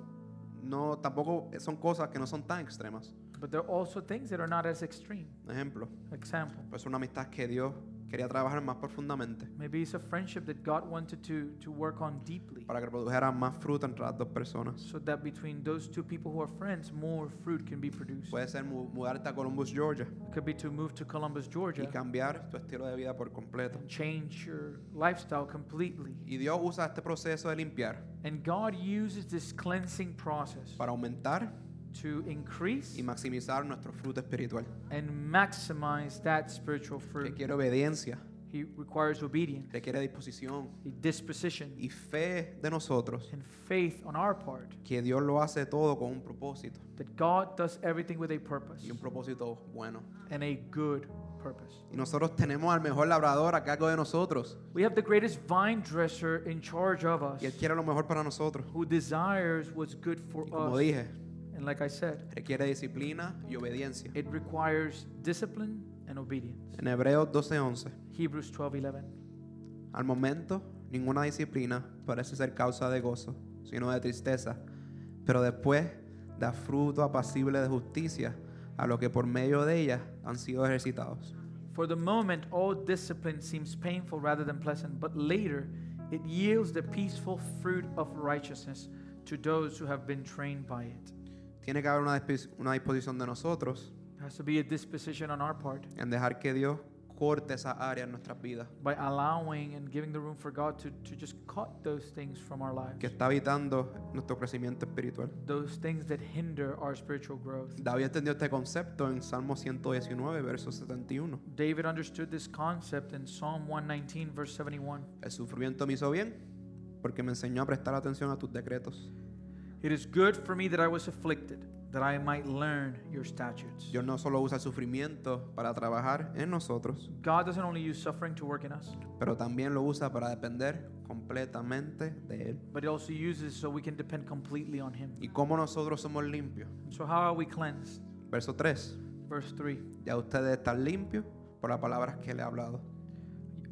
[SPEAKER 1] no, tampoco son cosas que no son tan extremas.
[SPEAKER 2] But there are also things that are not as extreme.
[SPEAKER 1] Un ejemplo,
[SPEAKER 2] Example.
[SPEAKER 1] pues una amistad que Dios quería trabajar más profundamente
[SPEAKER 2] Maybe it's a friendship that God wanted to, to work on deeply
[SPEAKER 1] para que produjera más fruto entre las dos personas.
[SPEAKER 2] so that between those two people who are friends, more fruit can be produced.
[SPEAKER 1] Puede ser mu- mudarte a Columbus, Georgia
[SPEAKER 2] It could be to move to Columbus,
[SPEAKER 1] y
[SPEAKER 2] Georgia
[SPEAKER 1] cambiar tu estilo de vida por completo.
[SPEAKER 2] and change your lifestyle completely.
[SPEAKER 1] Y Dios usa este proceso de limpiar
[SPEAKER 2] And God uses this cleansing process
[SPEAKER 1] para aumentar
[SPEAKER 2] to increase
[SPEAKER 1] y maximizar nuestro fruto espiritual.
[SPEAKER 2] and maximize that spiritual fruit.
[SPEAKER 1] Requiere obediencia,
[SPEAKER 2] He requires obedience,
[SPEAKER 1] requiere disposición
[SPEAKER 2] a disposition,
[SPEAKER 1] y fe de nosotros
[SPEAKER 2] and faith on our part
[SPEAKER 1] que Dios lo hace todo con un propósito
[SPEAKER 2] that God does everything with a purpose
[SPEAKER 1] y un propósito bueno.
[SPEAKER 2] and a good purpose.
[SPEAKER 1] Y nosotros tenemos al mejor labrador a cargo de nosotros
[SPEAKER 2] We have the greatest vine dresser in charge of us
[SPEAKER 1] y él quiere lo mejor para nosotros.
[SPEAKER 2] who desires what's good for
[SPEAKER 1] Y como
[SPEAKER 2] us.
[SPEAKER 1] dije,
[SPEAKER 2] And like I said,
[SPEAKER 1] requiere disciplina y obediencia.
[SPEAKER 2] it requires discipline and obedience.
[SPEAKER 1] En Hebreos 12:11,
[SPEAKER 2] Hebrews 12:11.
[SPEAKER 1] al momento ninguna disciplina parece ser causa de gozo, sino de tristeza, pero después da fruto apacible de justicia a los que por medio de ella han sido ejercitados.
[SPEAKER 2] For the moment, all discipline seems painful rather than pleasant, but later it yields the peaceful fruit of righteousness to those who have been trained by it.
[SPEAKER 1] Tiene que haber una, dispi- una disposición de nosotros
[SPEAKER 2] There has to be a disposition on our part
[SPEAKER 1] en dejar que Dios corte esas áreas en nuestras vidas
[SPEAKER 2] by allowing and giving the room for God to, to just cut those things from our lives,
[SPEAKER 1] que está evitando nuestro crecimiento espiritual.
[SPEAKER 2] those things that hinder our spiritual growth.
[SPEAKER 1] David entendió este concepto en Salmo 119, verso 71.
[SPEAKER 2] David understood this concept in Psalm 119, verse 71.
[SPEAKER 1] El sufrimiento me hizo bien porque me enseñó a prestar atención a tus decretos.
[SPEAKER 2] It is good for me that I was afflicted, that I might learn your statutes.
[SPEAKER 1] Dios no solo usa el sufrimiento para trabajar en nosotros,
[SPEAKER 2] God doesn't only use suffering to work in us,
[SPEAKER 1] pero también lo usa para depender completamente de Él.
[SPEAKER 2] but He also uses so we can depend completely on Him.
[SPEAKER 1] ¿Y cómo nosotros somos limpios?
[SPEAKER 2] So, how are we cleansed?
[SPEAKER 1] Verso 3.
[SPEAKER 2] Verse 3
[SPEAKER 1] Ya ustedes están limpios por las palabras que le he hablado.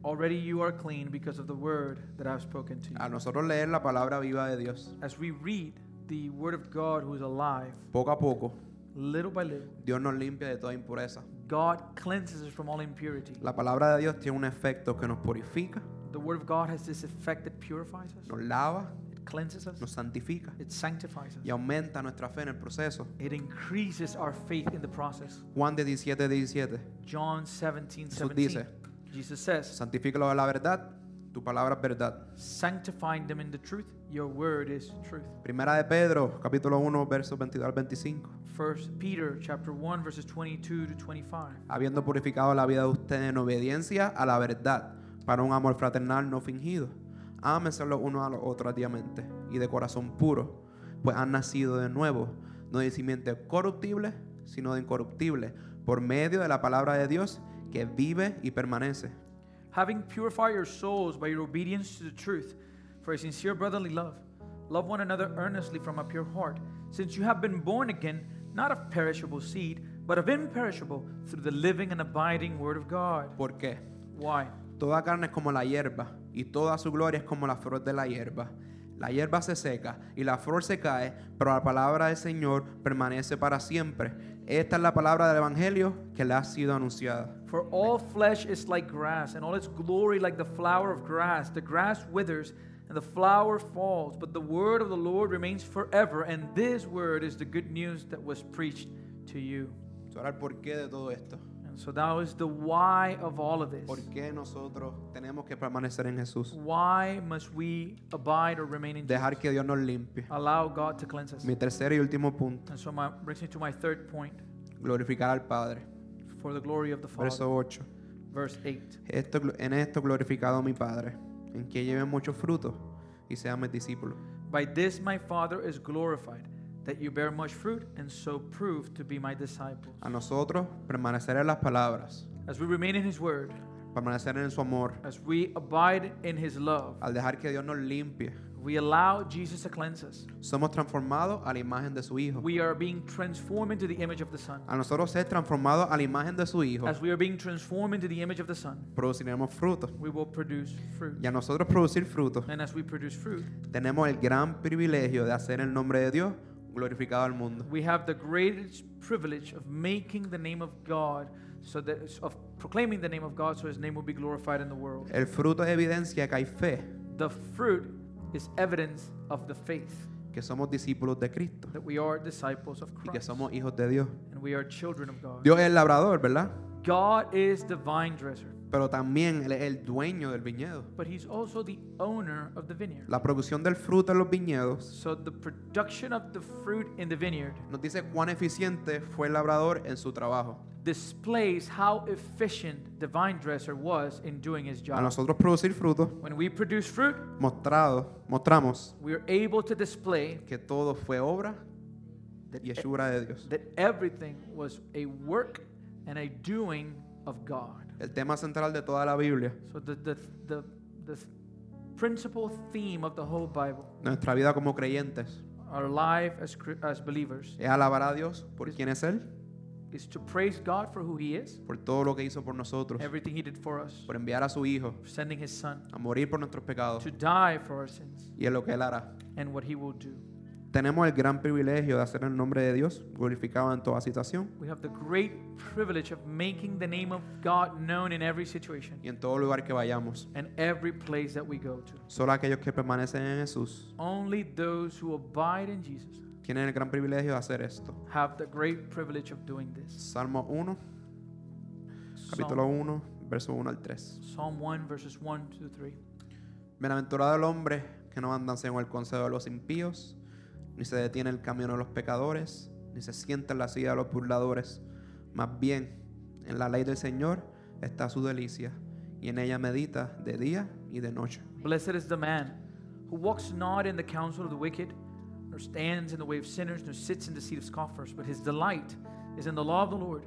[SPEAKER 2] Already you are clean because of the word that I have spoken to you.
[SPEAKER 1] A nosotros leer la palabra viva de Dios,
[SPEAKER 2] As we read the word of God who is alive,
[SPEAKER 1] poco a poco,
[SPEAKER 2] little by little,
[SPEAKER 1] Dios nos limpia de toda impureza.
[SPEAKER 2] God cleanses us from all impurity.
[SPEAKER 1] La palabra de Dios tiene un efecto que nos purifica,
[SPEAKER 2] The word of God has this effect that purifies us,
[SPEAKER 1] nos lava,
[SPEAKER 2] it cleanses us,
[SPEAKER 1] nos santifica
[SPEAKER 2] it sanctifies us.
[SPEAKER 1] y aumenta nuestra fe en el proceso.
[SPEAKER 2] It increases our faith in the process.
[SPEAKER 1] Juan 17, 17.
[SPEAKER 2] John 17,
[SPEAKER 1] Jesús
[SPEAKER 2] 17.
[SPEAKER 1] dice,
[SPEAKER 2] Jesus says,
[SPEAKER 1] santifícalos a la verdad, tu palabra es verdad.
[SPEAKER 2] sanctifying them in the truth. Your word is truth.
[SPEAKER 1] Primera de Pedro, capítulo 1, versos 22 al 25.
[SPEAKER 2] First Peter chapter 1 verses 22 to 25.
[SPEAKER 1] Habiendo purificado la vida de ustedes en obediencia a la verdad, para un amor fraternal no fingido. Ámense los unos a los otros diariamente y de corazón puro, pues han nacido de nuevo, no de simiente corruptible, sino de incorruptible, por medio de la palabra de Dios que vive y permanece.
[SPEAKER 2] Having purified your souls by your obedience to the truth for a sincere brotherly love, love one another earnestly from a pure heart, since you have been born again, not of perishable seed, but of imperishable, through the living and abiding word of God.
[SPEAKER 1] ¿Por qué?
[SPEAKER 2] Why?
[SPEAKER 1] Toda carne es como la hierba, y toda su gloria es como la flor de la hierba. La hierba se seca y la flor se cae, pero la palabra del Señor permanece para siempre. Esta es la palabra del Evangelio que le ha sido anunciada.
[SPEAKER 2] For all flesh is like grass, and all its glory like the flower of grass. The grass withers, and the flower falls, but the word of the Lord remains forever. And this word is the good news that was preached to you.
[SPEAKER 1] Eso era el porqué de todo esto.
[SPEAKER 2] And so that was the why of all of this.
[SPEAKER 1] ¿Por qué nosotros tenemos que permanecer en Jesús?
[SPEAKER 2] Why must we abide or remain in
[SPEAKER 1] Dejar que Dios nos limpie.
[SPEAKER 2] Jesus? Allow God to cleanse us.
[SPEAKER 1] Mi tercer y último punto,
[SPEAKER 2] And so my, brings me to my third point
[SPEAKER 1] glorificar al Padre.
[SPEAKER 2] for the glory of the Father.
[SPEAKER 1] Verso 8.
[SPEAKER 2] Verse 8.
[SPEAKER 1] Esto, en esto glorificado mi Padre, en que lleven muchos frutos y sean mis discípulos.
[SPEAKER 2] By this my Father is glorified, that you bear much fruit, and so prove to be my disciples.
[SPEAKER 1] A nosotros permanecer en las palabras,
[SPEAKER 2] As we remain in His Word,
[SPEAKER 1] permanecer en su amor,
[SPEAKER 2] as we abide in His love,
[SPEAKER 1] al dejar que Dios nos limpie.
[SPEAKER 2] we allow Jesus to cleanse us.
[SPEAKER 1] Somos transformados a la imagen de su Hijo.
[SPEAKER 2] We are being transformed into the image of the Son.
[SPEAKER 1] A nosotros ser transformados a la imagen de su Hijo,
[SPEAKER 2] As we are being transformed into the image of the Son,
[SPEAKER 1] produciremos frutos.
[SPEAKER 2] we will produce fruit.
[SPEAKER 1] Y a nosotros producir frutos,
[SPEAKER 2] And as we produce fruit,
[SPEAKER 1] tenemos el gran privilegio de hacer el nombre de Dios glorificado al mundo.
[SPEAKER 2] We have the greatest privilege of making the name of God so that of proclaiming the name of God so his name will be glorified in the world.
[SPEAKER 1] El fruto es evidencia que hay fe,
[SPEAKER 2] The fruit is evidence of the faith
[SPEAKER 1] que somos discípulos de Cristo
[SPEAKER 2] that we are disciples of
[SPEAKER 1] y que
[SPEAKER 2] Christ
[SPEAKER 1] somos hijos de Dios.
[SPEAKER 2] and we are children of God.
[SPEAKER 1] Dios es el labrador, ¿verdad?
[SPEAKER 2] God is the vine dresser,
[SPEAKER 1] Pero también Él es el dueño del viñedo.
[SPEAKER 2] but he's also the owner of the vineyard.
[SPEAKER 1] La producción del fruto en los viñedos
[SPEAKER 2] So the production of the fruit in the vineyard
[SPEAKER 1] nos dice cuán eficiente fue el labrador en su trabajo.
[SPEAKER 2] displays how efficient the vine dresser was in doing his
[SPEAKER 1] A
[SPEAKER 2] job.
[SPEAKER 1] nosotros producir frutos,
[SPEAKER 2] When we produce fruit,
[SPEAKER 1] mostrado, mostramos
[SPEAKER 2] we are able to display
[SPEAKER 1] que todo fue obra y hechura de Dios.
[SPEAKER 2] that everything was a work and a doing of God.
[SPEAKER 1] El tema central de toda la Biblia,
[SPEAKER 2] So the the the, the principal theme of the whole Bible,
[SPEAKER 1] nuestra vida como creyentes,
[SPEAKER 2] our life as cri- as believers,
[SPEAKER 1] es alabar a Dios por quién es Él,
[SPEAKER 2] is to praise God for who He is,
[SPEAKER 1] por todo lo que hizo por nosotros,
[SPEAKER 2] everything He did for us,
[SPEAKER 1] por enviar a su Hijo
[SPEAKER 2] for sending His Son
[SPEAKER 1] a morir por nuestros pecados
[SPEAKER 2] to die for our sins,
[SPEAKER 1] y es lo que Él hará.
[SPEAKER 2] and what He will do.
[SPEAKER 1] Tenemos el gran privilegio de hacer el nombre de Dios glorificado en toda situación
[SPEAKER 2] We have the great privilege of making the name of God known in every situation
[SPEAKER 1] y en todo lugar que vayamos.
[SPEAKER 2] and every place that we go to.
[SPEAKER 1] Solo aquellos que permanecen en Jesús
[SPEAKER 2] Only those who abide in Jesus
[SPEAKER 1] tienen el gran privilegio de hacer esto.
[SPEAKER 2] have the great privilege of doing this.
[SPEAKER 1] Salmo 1, capítulo 1, verso 1 al 3.
[SPEAKER 2] Psalm 1, verses 1 to 3.
[SPEAKER 1] Bienaventurado el hombre que no anda según el consejo de los impíos, ni se detiene en el camino de los pecadores, ni se sienta en la silla de los burladores. Más bien, en la ley del Señor está su delicia, y en ella medita de día y de noche.
[SPEAKER 2] Blessed is the man who walks not in the counsel of the wicked, nor stands in the way of sinners, nor sits in the seat of scoffers, but his delight is in the law of the Lord,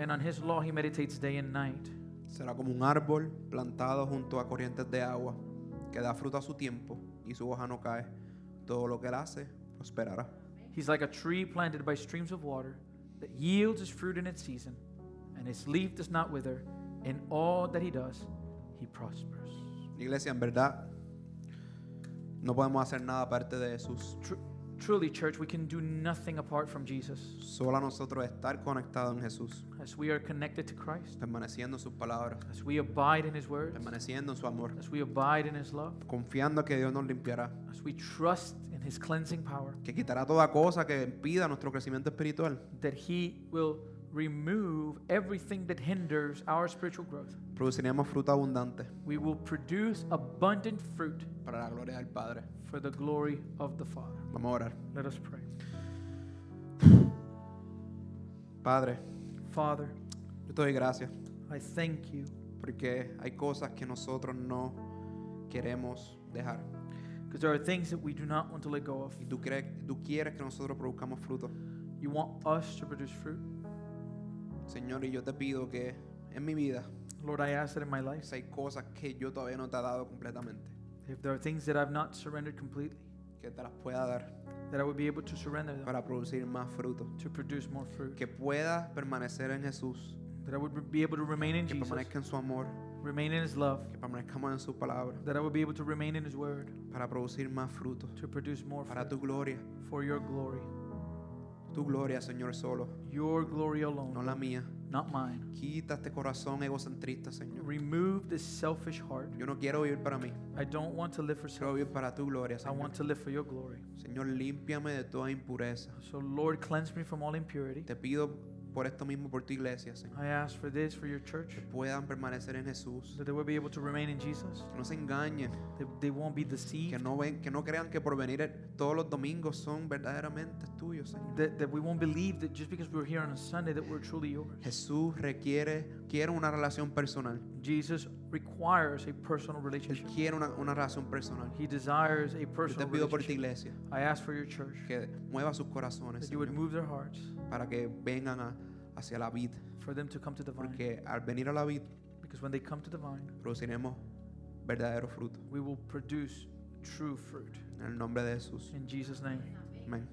[SPEAKER 2] and on his law he meditates day and night.
[SPEAKER 1] Será como un árbol plantado junto a corrientes de agua, que da fruto a su tiempo, y su hoja no cae. Todo lo que él hace prosperará.
[SPEAKER 2] He's like a tree planted by streams of water that yields its fruit in its season, and its leaf does not wither. In all that he does, he prospers.
[SPEAKER 1] Iglesia, en verdad, no podemos hacer nada aparte de Jesús.
[SPEAKER 2] Tru- truly, church, we can do nothing apart from Jesus
[SPEAKER 1] Solo a nosotros estar conectados en Jesús.
[SPEAKER 2] as we are connected to Christ.
[SPEAKER 1] permaneciendo en sus palabras,
[SPEAKER 2] As we abide in His Word,
[SPEAKER 1] permaneciendo en su amor,
[SPEAKER 2] as we abide in His love,
[SPEAKER 1] confiando que Dios nos limpiará,
[SPEAKER 2] as we trust in His cleansing power,
[SPEAKER 1] que quitará toda cosa que impida nuestro crecimiento espiritual,
[SPEAKER 2] that He will remove everything that hinders our spiritual growth.
[SPEAKER 1] produciremos fruto abundante
[SPEAKER 2] We will produce abundant fruit
[SPEAKER 1] para la gloria del Padre.
[SPEAKER 2] for the glory of the Father.
[SPEAKER 1] Vamos a orar.
[SPEAKER 2] Let us pray.
[SPEAKER 1] Padre,
[SPEAKER 2] Father,
[SPEAKER 1] yo te doy gracias
[SPEAKER 2] I thank you
[SPEAKER 1] porque hay cosas que nosotros no queremos dejar.
[SPEAKER 2] because there are things that we do not want to let go of.
[SPEAKER 1] Y tú, crees, tú quieres que nosotros produzcamos fruto.
[SPEAKER 2] You want us to produce fruit.
[SPEAKER 1] Señor, y yo te pido que en mi vida,
[SPEAKER 2] Lord, I ask that in my life,
[SPEAKER 1] si hay cosas que yo todavía no te he dado completamente,
[SPEAKER 2] if there are things that I've not surrendered completely,
[SPEAKER 1] que te las pueda dar
[SPEAKER 2] that I would be able to surrender them
[SPEAKER 1] para producir más fruto.
[SPEAKER 2] to produce more fruit.
[SPEAKER 1] Que puedas permanecer en Jesús
[SPEAKER 2] that I would be able to remain in
[SPEAKER 1] que
[SPEAKER 2] Jesus,
[SPEAKER 1] permanezca en su amor,
[SPEAKER 2] remain in His love,
[SPEAKER 1] que permanezcamos en su palabra,
[SPEAKER 2] that I would be able to remain in His Word
[SPEAKER 1] para producir más frutos,
[SPEAKER 2] to produce more
[SPEAKER 1] para
[SPEAKER 2] fruit
[SPEAKER 1] tu gloria,
[SPEAKER 2] for Your glory,
[SPEAKER 1] tu gloria, Señor, solo,
[SPEAKER 2] Your glory alone,
[SPEAKER 1] no la mía.
[SPEAKER 2] not mine.
[SPEAKER 1] Quita este corazón egocentrista, Señor.
[SPEAKER 2] Remove this selfish heart.
[SPEAKER 1] Yo no quiero vivir para mí,
[SPEAKER 2] I don't want to live for
[SPEAKER 1] quiero
[SPEAKER 2] self.
[SPEAKER 1] vivir para tu gloria,
[SPEAKER 2] I
[SPEAKER 1] Señor.
[SPEAKER 2] want to live for Your glory.
[SPEAKER 1] Señor, límpiame de toda impureza.
[SPEAKER 2] So Lord, cleanse me from all impurity.
[SPEAKER 1] Te pido por esto mismo, por tu iglesia, Señor.
[SPEAKER 2] I ask for this for Your church,
[SPEAKER 1] Que puedan permanecer en Jesús.
[SPEAKER 2] that they will be able to remain in Jesus.
[SPEAKER 1] Que no se engañen,
[SPEAKER 2] That they won't be
[SPEAKER 1] que
[SPEAKER 2] deceived.
[SPEAKER 1] no, ven, que no crean que por venir el- todos los domingos son verdaderamente tuyos, Señor.
[SPEAKER 2] That, that we won't believe that just because we're here on a Sunday that we're truly yours.
[SPEAKER 1] Jesús requiere, quiere una relación personal.
[SPEAKER 2] Jesus requires a personal
[SPEAKER 1] Él
[SPEAKER 2] relationship.
[SPEAKER 1] quiere una, una relación personal.
[SPEAKER 2] He desires a
[SPEAKER 1] Yo te
[SPEAKER 2] personal
[SPEAKER 1] pido por tu
[SPEAKER 2] relationship.
[SPEAKER 1] iglesia
[SPEAKER 2] I ask for your church
[SPEAKER 1] que mueva sus corazones
[SPEAKER 2] that you would
[SPEAKER 1] Señor,
[SPEAKER 2] move their hearts
[SPEAKER 1] para que vengan a- hacia la vid.
[SPEAKER 2] for them to come to the vine.
[SPEAKER 1] Porque al venir a la vid
[SPEAKER 2] Because when they come to the vine,
[SPEAKER 1] produciremos verdadero fruto.
[SPEAKER 2] we will produce true fruit.
[SPEAKER 1] En el nombre de Jesús.
[SPEAKER 2] In Jesus' name,
[SPEAKER 1] Amén.